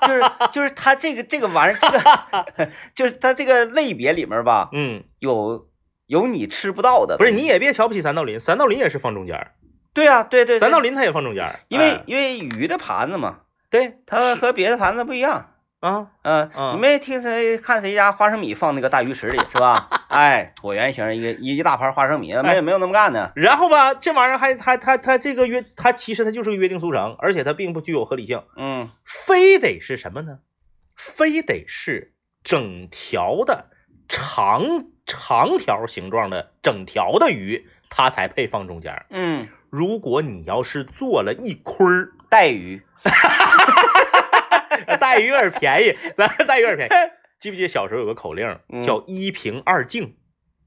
A: 就是就是它这个这个玩意儿，这 个就是它这个类别里面吧，
B: 嗯
A: 有有你吃不到的
B: 嗯，不
A: 东
B: 是
A: 西。
B: 你也别瞧不起三道鳞，三道鳞也是放中间儿，
A: 对啊，对对，对
B: 三道，鳞它也放中间儿，
A: 因为
B: 哎
A: 因为鱼的盘子嘛，
B: 对
A: 它和别的盘子不一样。
B: 啊
A: 嗯、
B: 嗯
A: 你没听谁看谁家花生米放那个大鱼池里 是吧？哎，椭圆形一个一一大盘花生米，
B: 哎
A: 没有没有那么干的。
B: 然后吧，这玩意儿还它它它这个约，它其实它就是个约定俗成，而且它并不具有合理性。
A: 嗯
B: 非得是什么呢？非得是整条的长长条形状的整条的鱼，它才配放中间儿。
A: 嗯，
B: 如果你要是做了一捆儿
A: 带鱼，
B: 带鱼有点便宜，咱带鱼有点便 宜。记不记得小时候有个口令
A: 嗯
B: 叫“一平二净”，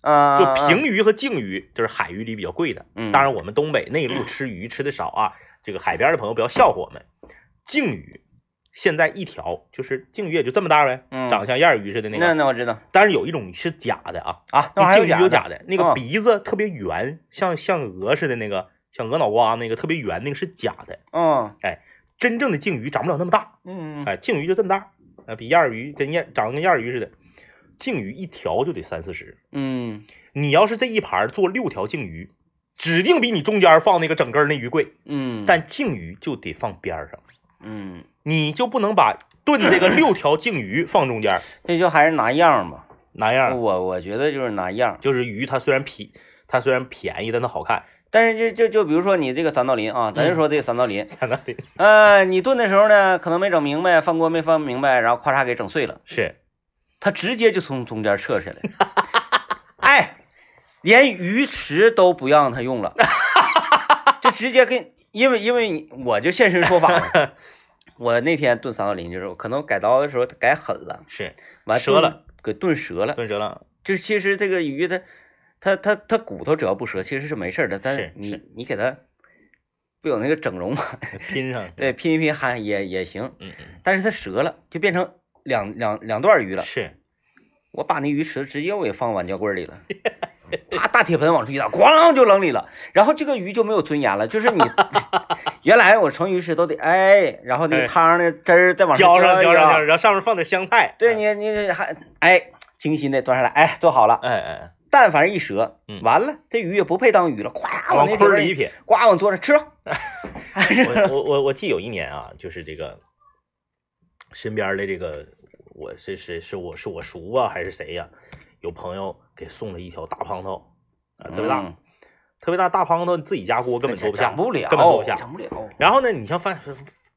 A: 啊，
B: 就平鱼和净鱼，就是海鱼里比较贵的。
A: 嗯，
B: 当然，我们东北内陆吃鱼吃的少啊，这个海边的朋友不要笑话我们。净鱼现在一条就是净鱼也就这么大呗，
A: 嗯
B: 长得像燕鱼似的那
A: 那
B: 个。
A: 那我知道
B: 但是有一种鱼是假的啊，
A: 啊，那
B: 那
A: 玩意
B: 净
A: 儿
B: 鱼有假
A: 的，
B: 的，那
A: 嗯
B: 个鼻子特别圆，像像鹅似的那个，像鹅脑瓜那个特别圆，那个是假的。
A: 嗯
B: 真正的净鱼长不了那么大，
A: 嗯，
B: 哎，净鱼就这么大，啊，比燕鱼跟燕长得跟燕鱼似的。净鱼一条就得三四十，
A: 嗯。
B: 你要是这一盘儿做六条净鱼，指定比你中间儿放那个整根儿那鱼贵。
A: 嗯，
B: 但净鱼就得放边儿上，
A: 嗯，
B: 你就不能把炖这个六条净鱼放中间 儿，
A: 这就还是拿样儿吧。
B: 哪样儿？
A: 我我觉得就是拿样儿。
B: 就是鱼，它虽然皮，它虽然便宜，但它好看。
A: 但是就就就比如说你这个三道鳞啊，咱
B: 嗯
A: 就说这个三道鳞，
B: 在那里
A: 呃，你炖的时候呢，可能没整明白，翻锅没翻明白，然后咔嚓给整碎了，
B: 是
A: 它直接就从中间撤下来 了，哎，连鱼池都不让他用了，就直接跟，因为因为你我就现身说法 了我那天炖三道鳞就是，可能改刀的时候改狠了，
B: 是，
A: 完
B: 折了，
A: 给炖折了。
B: 炖折了，
A: 就是其实这个鱼它，它它它骨头只要不折，其实是没事儿的。但
B: 是
A: 你
B: 是
A: 你给它，不有那个整容吗？
B: 拼上，
A: 对，拼一拼还也也行，
B: 嗯嗯，
A: 但是它折了，就变成两两两段鱼了。
B: 是，
A: 我把那鱼池直接我给放碗胶棍里了，啪大铁盆往出一打，咣就扔里了。然后这个鱼就没有尊严了，就 是你原来我盛鱼池都得哎，然后那
B: 哎
A: 个汤的汁儿再往
B: 浇
A: 上
B: 上浇上
A: 一啊
B: 浇上，然后上面放点香菜，
A: 对
B: 哎，
A: 你你还哎精心的端上来，哎做好了。
B: 哎哎，
A: 但凡一折
B: 嗯，
A: 完了，这鱼也不配当鱼了，咵
B: 往
A: 那
B: 坤
A: 里
B: 儿里一
A: 边儿，
B: 撇，
A: 呱往桌上 吃吧。哎是吧
B: 我我我我记得有一年啊，就是这个身边的这个，我是是是我是我叔啊还是谁呀、有朋友给送了一条大胖头啊，特别大，
A: 嗯
B: 特别大大胖头，自己加锅根本做不下，
A: 整不了，
B: 根本做不下。
A: 整不了。
B: 然后呢，你像放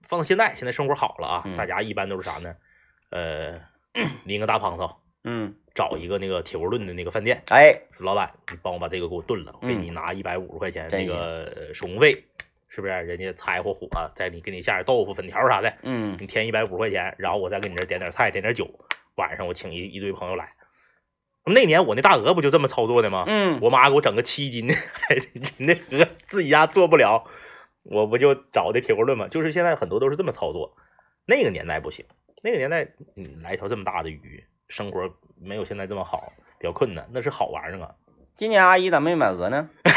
B: 放到现在，现在生活好了啊，
A: 嗯
B: 大家一般都是啥呢？ 呃，拎个大胖头，
A: 嗯，
B: 找一个那个铁锅炖的那个饭店，
A: 哎，
B: 说老板，你帮我把这个给我炖了，我给
A: 嗯
B: 你拿一百五十块钱
A: 真
B: 那个手工费，是不是？人家柴火火，再你给你下点豆腐、粉条啥的，
A: 嗯
B: 你添一百五十块钱，然后我再给你这点点菜、点点酒，晚上我请一一堆朋友来。那年我那大鹅不就这么操作的吗？
A: 嗯，
B: 我妈给我整个七斤的、 还是几斤的鹅，自己家做不了，我不就找的铁锅炖吗？就是现在很多都是这么操作，那个年代不行，那个年代你来一条这么大的鱼，生活没有现在这么好，比较困难，那是好玩意儿啊。
A: 今年阿姨咋没买鹅呢？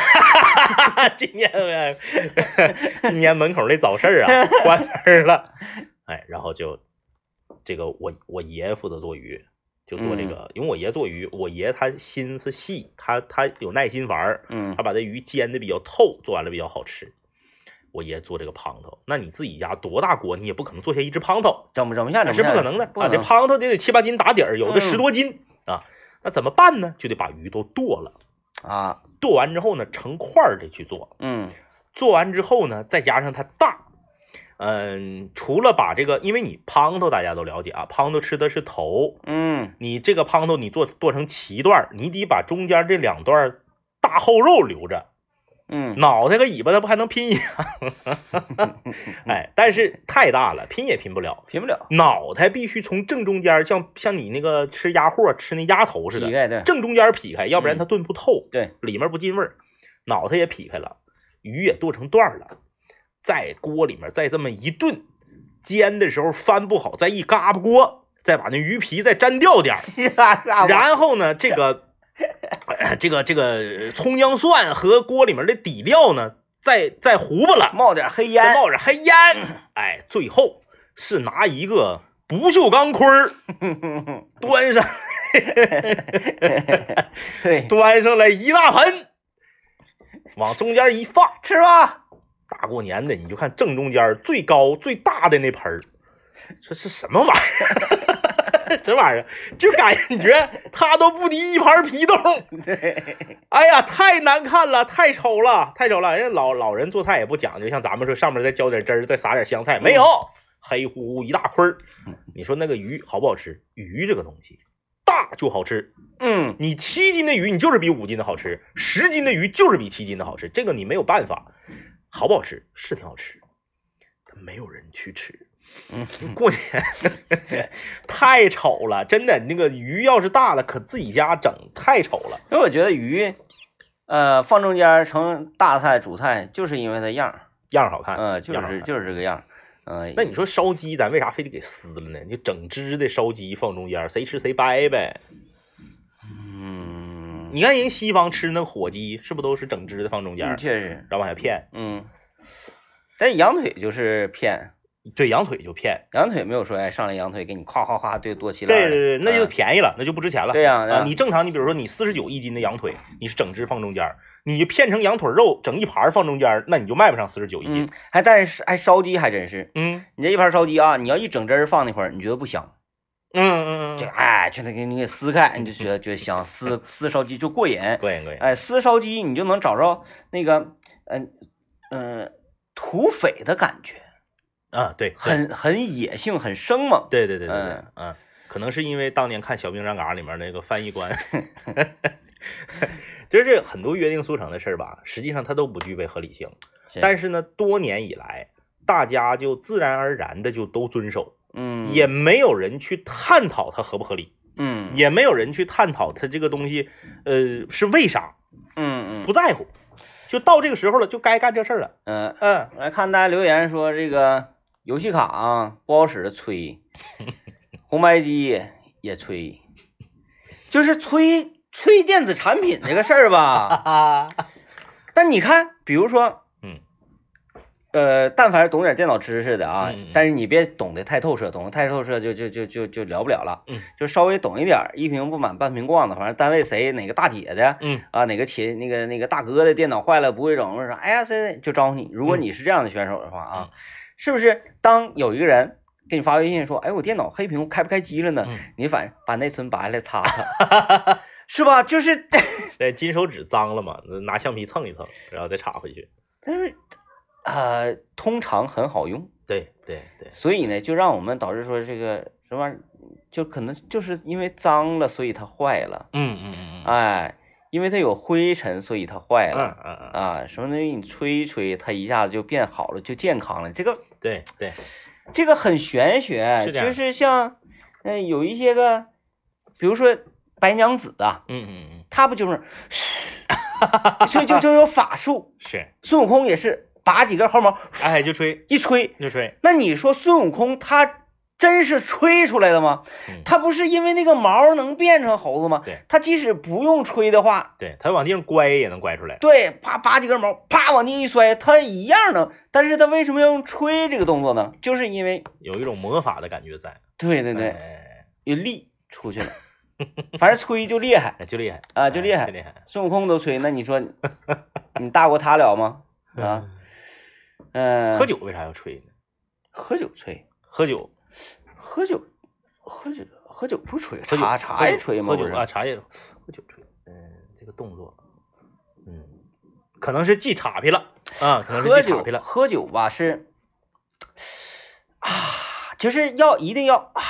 B: 今年呗， 今年门口那早市儿啊关门儿了，哎，然后就这个我我爷负责做鱼，就做这个，因为我爷做鱼，我爷他心思细，他他有耐心玩儿，
A: 嗯
B: 他把这鱼煎的比较透，做完了比较好吃。我爷做这个胖头，那你自己家多大锅，你也不可能做下一只胖头，
A: 整不整不下，
B: 那
A: 整
B: 是
A: 不
B: 不
A: 下
B: 可能的
A: 不
B: 啊！
A: 可
B: 这
A: 能。
B: 胖头得得七八斤打底儿，有的十
A: 嗯
B: 多斤、啊，那怎么办呢？就得把鱼都剁了，
A: 啊，
B: 剁完之后呢，成块儿的去做。
A: 嗯
B: 做完之后呢，再加上它大，嗯，除了把这个，因为你胖头大家都了解啊，胖头吃的是头，
A: 嗯
B: 你这个胖头你做剁成七段儿，你得把中间这两段儿大后肉留着，
A: 嗯，
B: 脑袋和尾巴它不还能拼一下？ 哎，但是太大了，拼也拼不了，
A: 拼不了，
B: 脑袋必须从正中间儿，像像你那个吃鸭货吃那鸭头似
A: 膝
B: 的，
A: 盖对
B: 正中间儿劈开，要不然它炖不透，
A: 对，
B: 里面不进味儿，脑袋也劈开了，鱼也剁成段儿了，在锅里面再这么一炖，煎的时候翻不好，再一嘎巴锅，再把那鱼皮再粘掉点儿，
A: 然
B: 然后呢，这个 呃这个这个葱姜蒜和锅里面的底料呢，再再糊巴了，
A: 冒点黑烟
B: 再，冒着黑烟，哎，最后是拿一个不锈钢盔儿端上
A: 对，
B: 端上来一大盆，往中间一放。
A: 吃吧，
B: 大过年的，你就看正中间儿最高最大的那盆儿，这是什么玩意儿？ 这玩意儿就感觉它都不敌一盘皮冻。
A: 对，
B: 哎呀，太难看了，太丑了，太丑了！人家老老人做菜也不讲究，像咱们说上面再浇点汁儿，再撒点香菜，没有，黑乎乎一大捆儿。你说那个鱼好不好吃？鱼这个东西大就好吃，
A: 嗯
B: 你七斤的鱼，你就是比五斤的好吃；十斤的鱼就是比七斤的好吃，这个你没有办法。好不好吃是挺好吃，但没有人去吃。
A: 嗯，
B: 过年 太丑了，真的，那个鱼要是大了，可自己家整太丑了。
A: 因为我觉得鱼，呃，放中间儿成大菜主菜，就是因为它样儿，
B: 样儿好看，
A: 呃，就
B: 样儿好
A: 是
B: 看
A: 就是这个样儿，嗯、
B: 那你说烧鸡，咱为啥非得给撕了呢？你就整只的烧鸡放中间，谁吃谁掰呗。
A: 嗯，
B: 你看人西方吃那火鸡，是不是都是整只的放中间，
A: 嗯确实，
B: 然后往下片？
A: 嗯，但羊腿就是骗，
B: 对，羊腿就片。
A: 羊腿没有说哎上来羊腿给你夸夸夸对多起来，
B: 对对对，那就
A: 嗯
B: 便宜了，那就不值钱了。
A: 对呀对
B: 啊
A: 呀，
B: 你正常，你比如说你四十九一斤的羊腿，你是整只放中间儿，你就片成羊腿肉，整一盘儿放中间儿，那你就卖不上四十九一斤
A: 嗯。，还但是哎烧鸡还真是，
B: 嗯
A: 你这一盘烧鸡啊，你要一整汁儿放那块儿，你觉得不香，
B: 嗯嗯嗯
A: 这
B: 嗯，
A: 哎全得给你给撕开，你就觉得觉得香，撕撕烧鸡就过瘾，
B: 过瘾过瘾。
A: 哎，丝烧鸡你就能找着那个嗯嗯土匪的感觉，
B: 啊，对，对
A: 很很野性，很生猛。
B: 对对对对对
A: 嗯，
B: 嗯，可能是因为当年看《小兵张嘎》里面那个翻译 官，就是很多约定俗成的事儿吧，实际上它都不具备合理性。但
A: 是
B: 是呢，多年以来，大家就自然而然的就都遵守，
A: 嗯
B: 也没有人去探讨它合不合理，
A: 嗯
B: 也没有人去探讨它这个东西，呃，是为啥，
A: 嗯嗯
B: 不在乎，就到这个时候了，就该干这事儿了。
A: 嗯，
B: 嗯，
A: 我来看大家留言说这个游戏卡啊不好使， 吹，红白机也吹，就是吹吹电子产品这个事儿吧。
B: 哈，
A: 但你看，比如说，
B: 嗯，
A: 呃，但凡是懂点电脑知识的啊，
B: 嗯嗯嗯
A: 但是你别懂得太透彻，懂得太透彻就就就就就聊不了了，
B: 嗯，
A: 就稍微懂一点儿，一瓶不满半瓶逛的，反正单位谁哪个大姐的
B: 嗯
A: 啊，哪个亲那个那个大哥的电脑坏了不会整，或者啥，哎呀，谁谁就招呼你。如果
B: 嗯
A: 你是这样的选手的话啊，是不是？当有一个人给你发微信说，哎，我电脑黑屏开不开机了呢？
B: 嗯，
A: 你反把内存拔下来 擦擦，是吧？就是。
B: 对，金手指脏了嘛，拿橡皮蹭一蹭，然后再插回去。
A: 但是呃，通常很好用，
B: 对对对，
A: 所以呢，就让我们导致说这个什么，就可能就是因为脏了，所以它坏了，
B: 嗯嗯嗯嗯
A: 哎，因为它有灰尘，所以它坏了。
B: 嗯嗯嗯，
A: 啊，什么东西你吹一吹，它一下子就变好了，就健康了。这个
B: 对对，
A: 这个很玄学，
B: 是这样
A: 就是像，嗯、有一些个，比如说白娘子啊，
B: 嗯嗯嗯，
A: 她不就是， 所以就就有法术。
B: 是，
A: 孙悟空也是拔几根毫毛
B: 哎，就吹
A: 一吹，
B: 就吹，
A: 那你说孙悟空他真是吹出来的吗
B: 嗯？
A: 他不是因为那个毛能变成猴子吗？
B: 对，
A: 他即使不用吹的话，
B: 对他往地上乖也能乖出来。
A: 对，啪拔几根毛，啪往地一摔，他一样能。但是他为什么要用吹这个动作呢？就是因为，
B: 有一种魔法的感觉在。
A: 对对对，
B: 哎，
A: 有力出去了，反正吹就厉害。
B: 哎就厉害
A: 啊就厉害
B: 哎就厉害
A: 孙悟空都吹，那 你说你大过他了吗？啊，嗯、
B: 喝酒为啥要吹呢？
A: 喝酒吹，
B: 喝酒，
A: 喝酒喝酒喝酒不吹，
B: 喝酒，喝
A: 茶茶
B: 酒
A: 也吹吗？
B: 喝
A: 不
B: 酒
A: 是
B: 啊，茶也喝酒吹。嗯，这个动作，嗯，可能是记岔劈了啊，可能
A: 喝
B: 是记岔
A: 酒
B: 劈了。
A: 喝酒吧是啊，就是要一定要啊，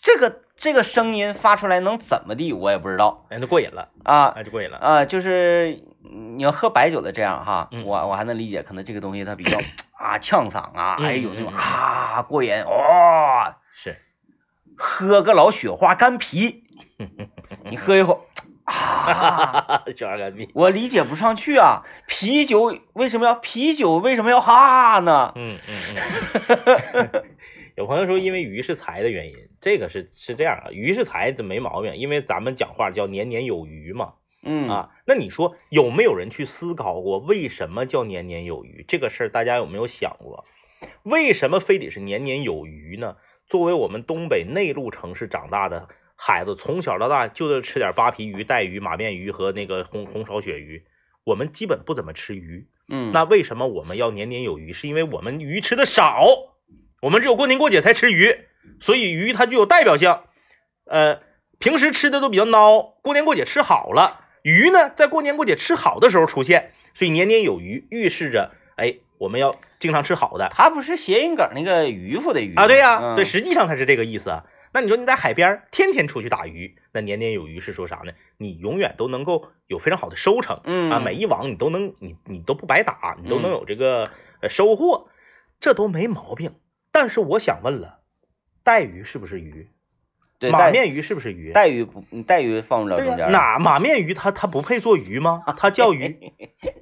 A: 这个这个声音发出来能怎么地，我也不知道
B: 哎，那过瘾了，
A: 啊
B: 哎，就过瘾了。
A: 啊，就是你要喝白酒的这样哈，
B: 嗯
A: 我我还能理解，可能这个东西它比 较啊呛嗓啊，
B: 嗯
A: 哎有那种
B: 嗯嗯
A: 啊过瘾哦，
B: 是，
A: 喝个老雪花 干啤，你喝一口啊。
B: 小二干逼。
A: 我理解不上去啊，啤酒为什么要啤酒为什么要哈呢？
B: 嗯嗯嗯。 有朋友说，因为鱼是财的原因，这个是是这样啊，鱼是财这没毛病，因为咱们讲话叫年年有余嘛，
A: 嗯
B: 啊，那你说有没有人去思考过为什么叫年年有余这个事儿？大家有没有想过，为什么非得是年年有余呢？作为我们东北内陆城市长大的孩子，从小到大就是吃点扒皮鱼、带鱼、马面鱼和那个红红烧鳕鱼，我们基本不怎么吃鱼。
A: 嗯，
B: 那为什么我们要年年有余？是因为我们鱼吃的少，我们只有过年过节才吃鱼，所以鱼它具有代表性。呃，平时吃的都比较孬，过年过节吃好了，鱼呢在过年过节吃好的时候出现，所以年年有余，预示着哎我们要经常吃好的
A: 他不是谐音梗那个渔夫的渔
B: 啊。对呀、
A: 嗯
B: 对，实际上它是这个意思啊。那你说你在海边儿天天出去打鱼，那年年有余是说啥呢？你永远都能够有非常好的收成，
A: 嗯
B: 啊，每一网你都能，你你都不白打，你都能
A: 嗯
B: 有这个呃收获，这都没毛病。但是我想问了，带鱼是不是鱼？
A: 对
B: 马
A: 带
B: 面鱼是不是鱼？
A: 带鱼不带鱼放不了
B: 对
A: 中
B: 呀、
A: 间儿，
B: 哪马面鱼它它不配做鱼吗？它叫鱼，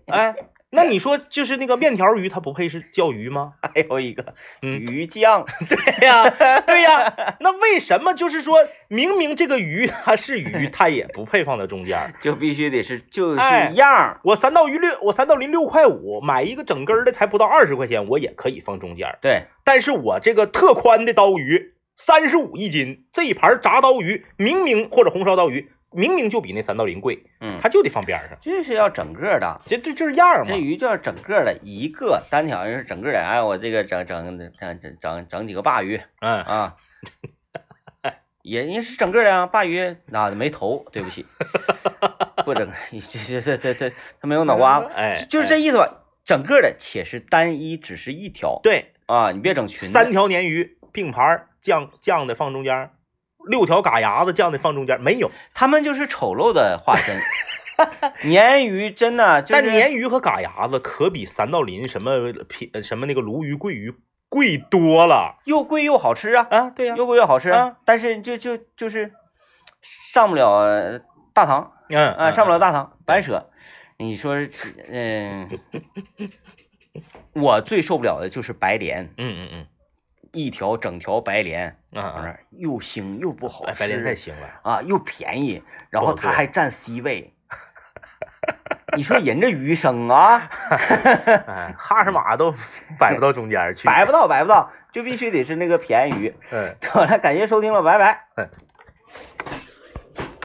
B: 哎，那你说就是那个面条鱼，它不配是叫鱼吗？
A: 还有一个
B: 嗯，
A: 鱼酱，
B: 对呀、对呀、那为什么就是说明明这个鱼它是鱼，它也不配放在中间儿？
A: 就必须得是就是
B: 哎
A: 样儿，
B: 我三道鱼六，我三道鳞六块五，买一个整根儿的才不到二十块钱，我也可以放中间儿。
A: 对，
B: 但是我这个特宽的刀鱼三十五一斤，这一盘炸刀鱼明明或者红烧刀鱼明明就比那三道鳞贵，
A: 嗯，
B: 它就得放边儿上。
A: 这是要整个的，
B: 其实这就是样儿嘛
A: 这。鱼就要整个的一个单挑就是整个的，哎，我这个整整整整整整几个鲅鱼
B: 嗯，
A: 啊。 也也是整个的啊，鲅鱼啊没头，对不起， 或者这这这这这他没有脑瓜子，
B: 哎，
A: 就是这
B: 哎
A: 意思吧。整个的且是单一，只是一条
B: 对，
A: 啊，你别整群的
B: 三条鲶鱼并排儿酱酱的放中间儿，六条嘎牙子酱的放中间儿，没有。
A: 他们就是丑陋的化身。 鲶鱼真的就是，
B: 但鲶鱼和嘎牙子可比三道鳞什么品什么那个鲈鱼、桂鱼贵多了
A: 又贵又好吃啊，
B: 啊！对呀、
A: 又贵又好吃
B: 啊
A: 但是就就就是上不了呃大堂
B: 嗯
A: 啊，上不了
B: 当。
A: 大堂，白扯。你说是，嗯、我最受不了的就是白莲，
B: 嗯嗯
A: 一条整条白莲，
B: 嗯啊啊！
A: 又腥又不好
B: 哎
A: 吃，
B: 白莲太腥了，
A: 啊，又便宜，然
B: 不好
A: 后它
B: 做
A: 还占 C 位。 你说人这鱼生啊，
B: 哎，哈什马都摆不到中间儿去。
A: 嗯摆不到，摆不到，就必须得是那个便宜鱼。
B: 嗯。
A: 好了，感谢收听了，拜拜。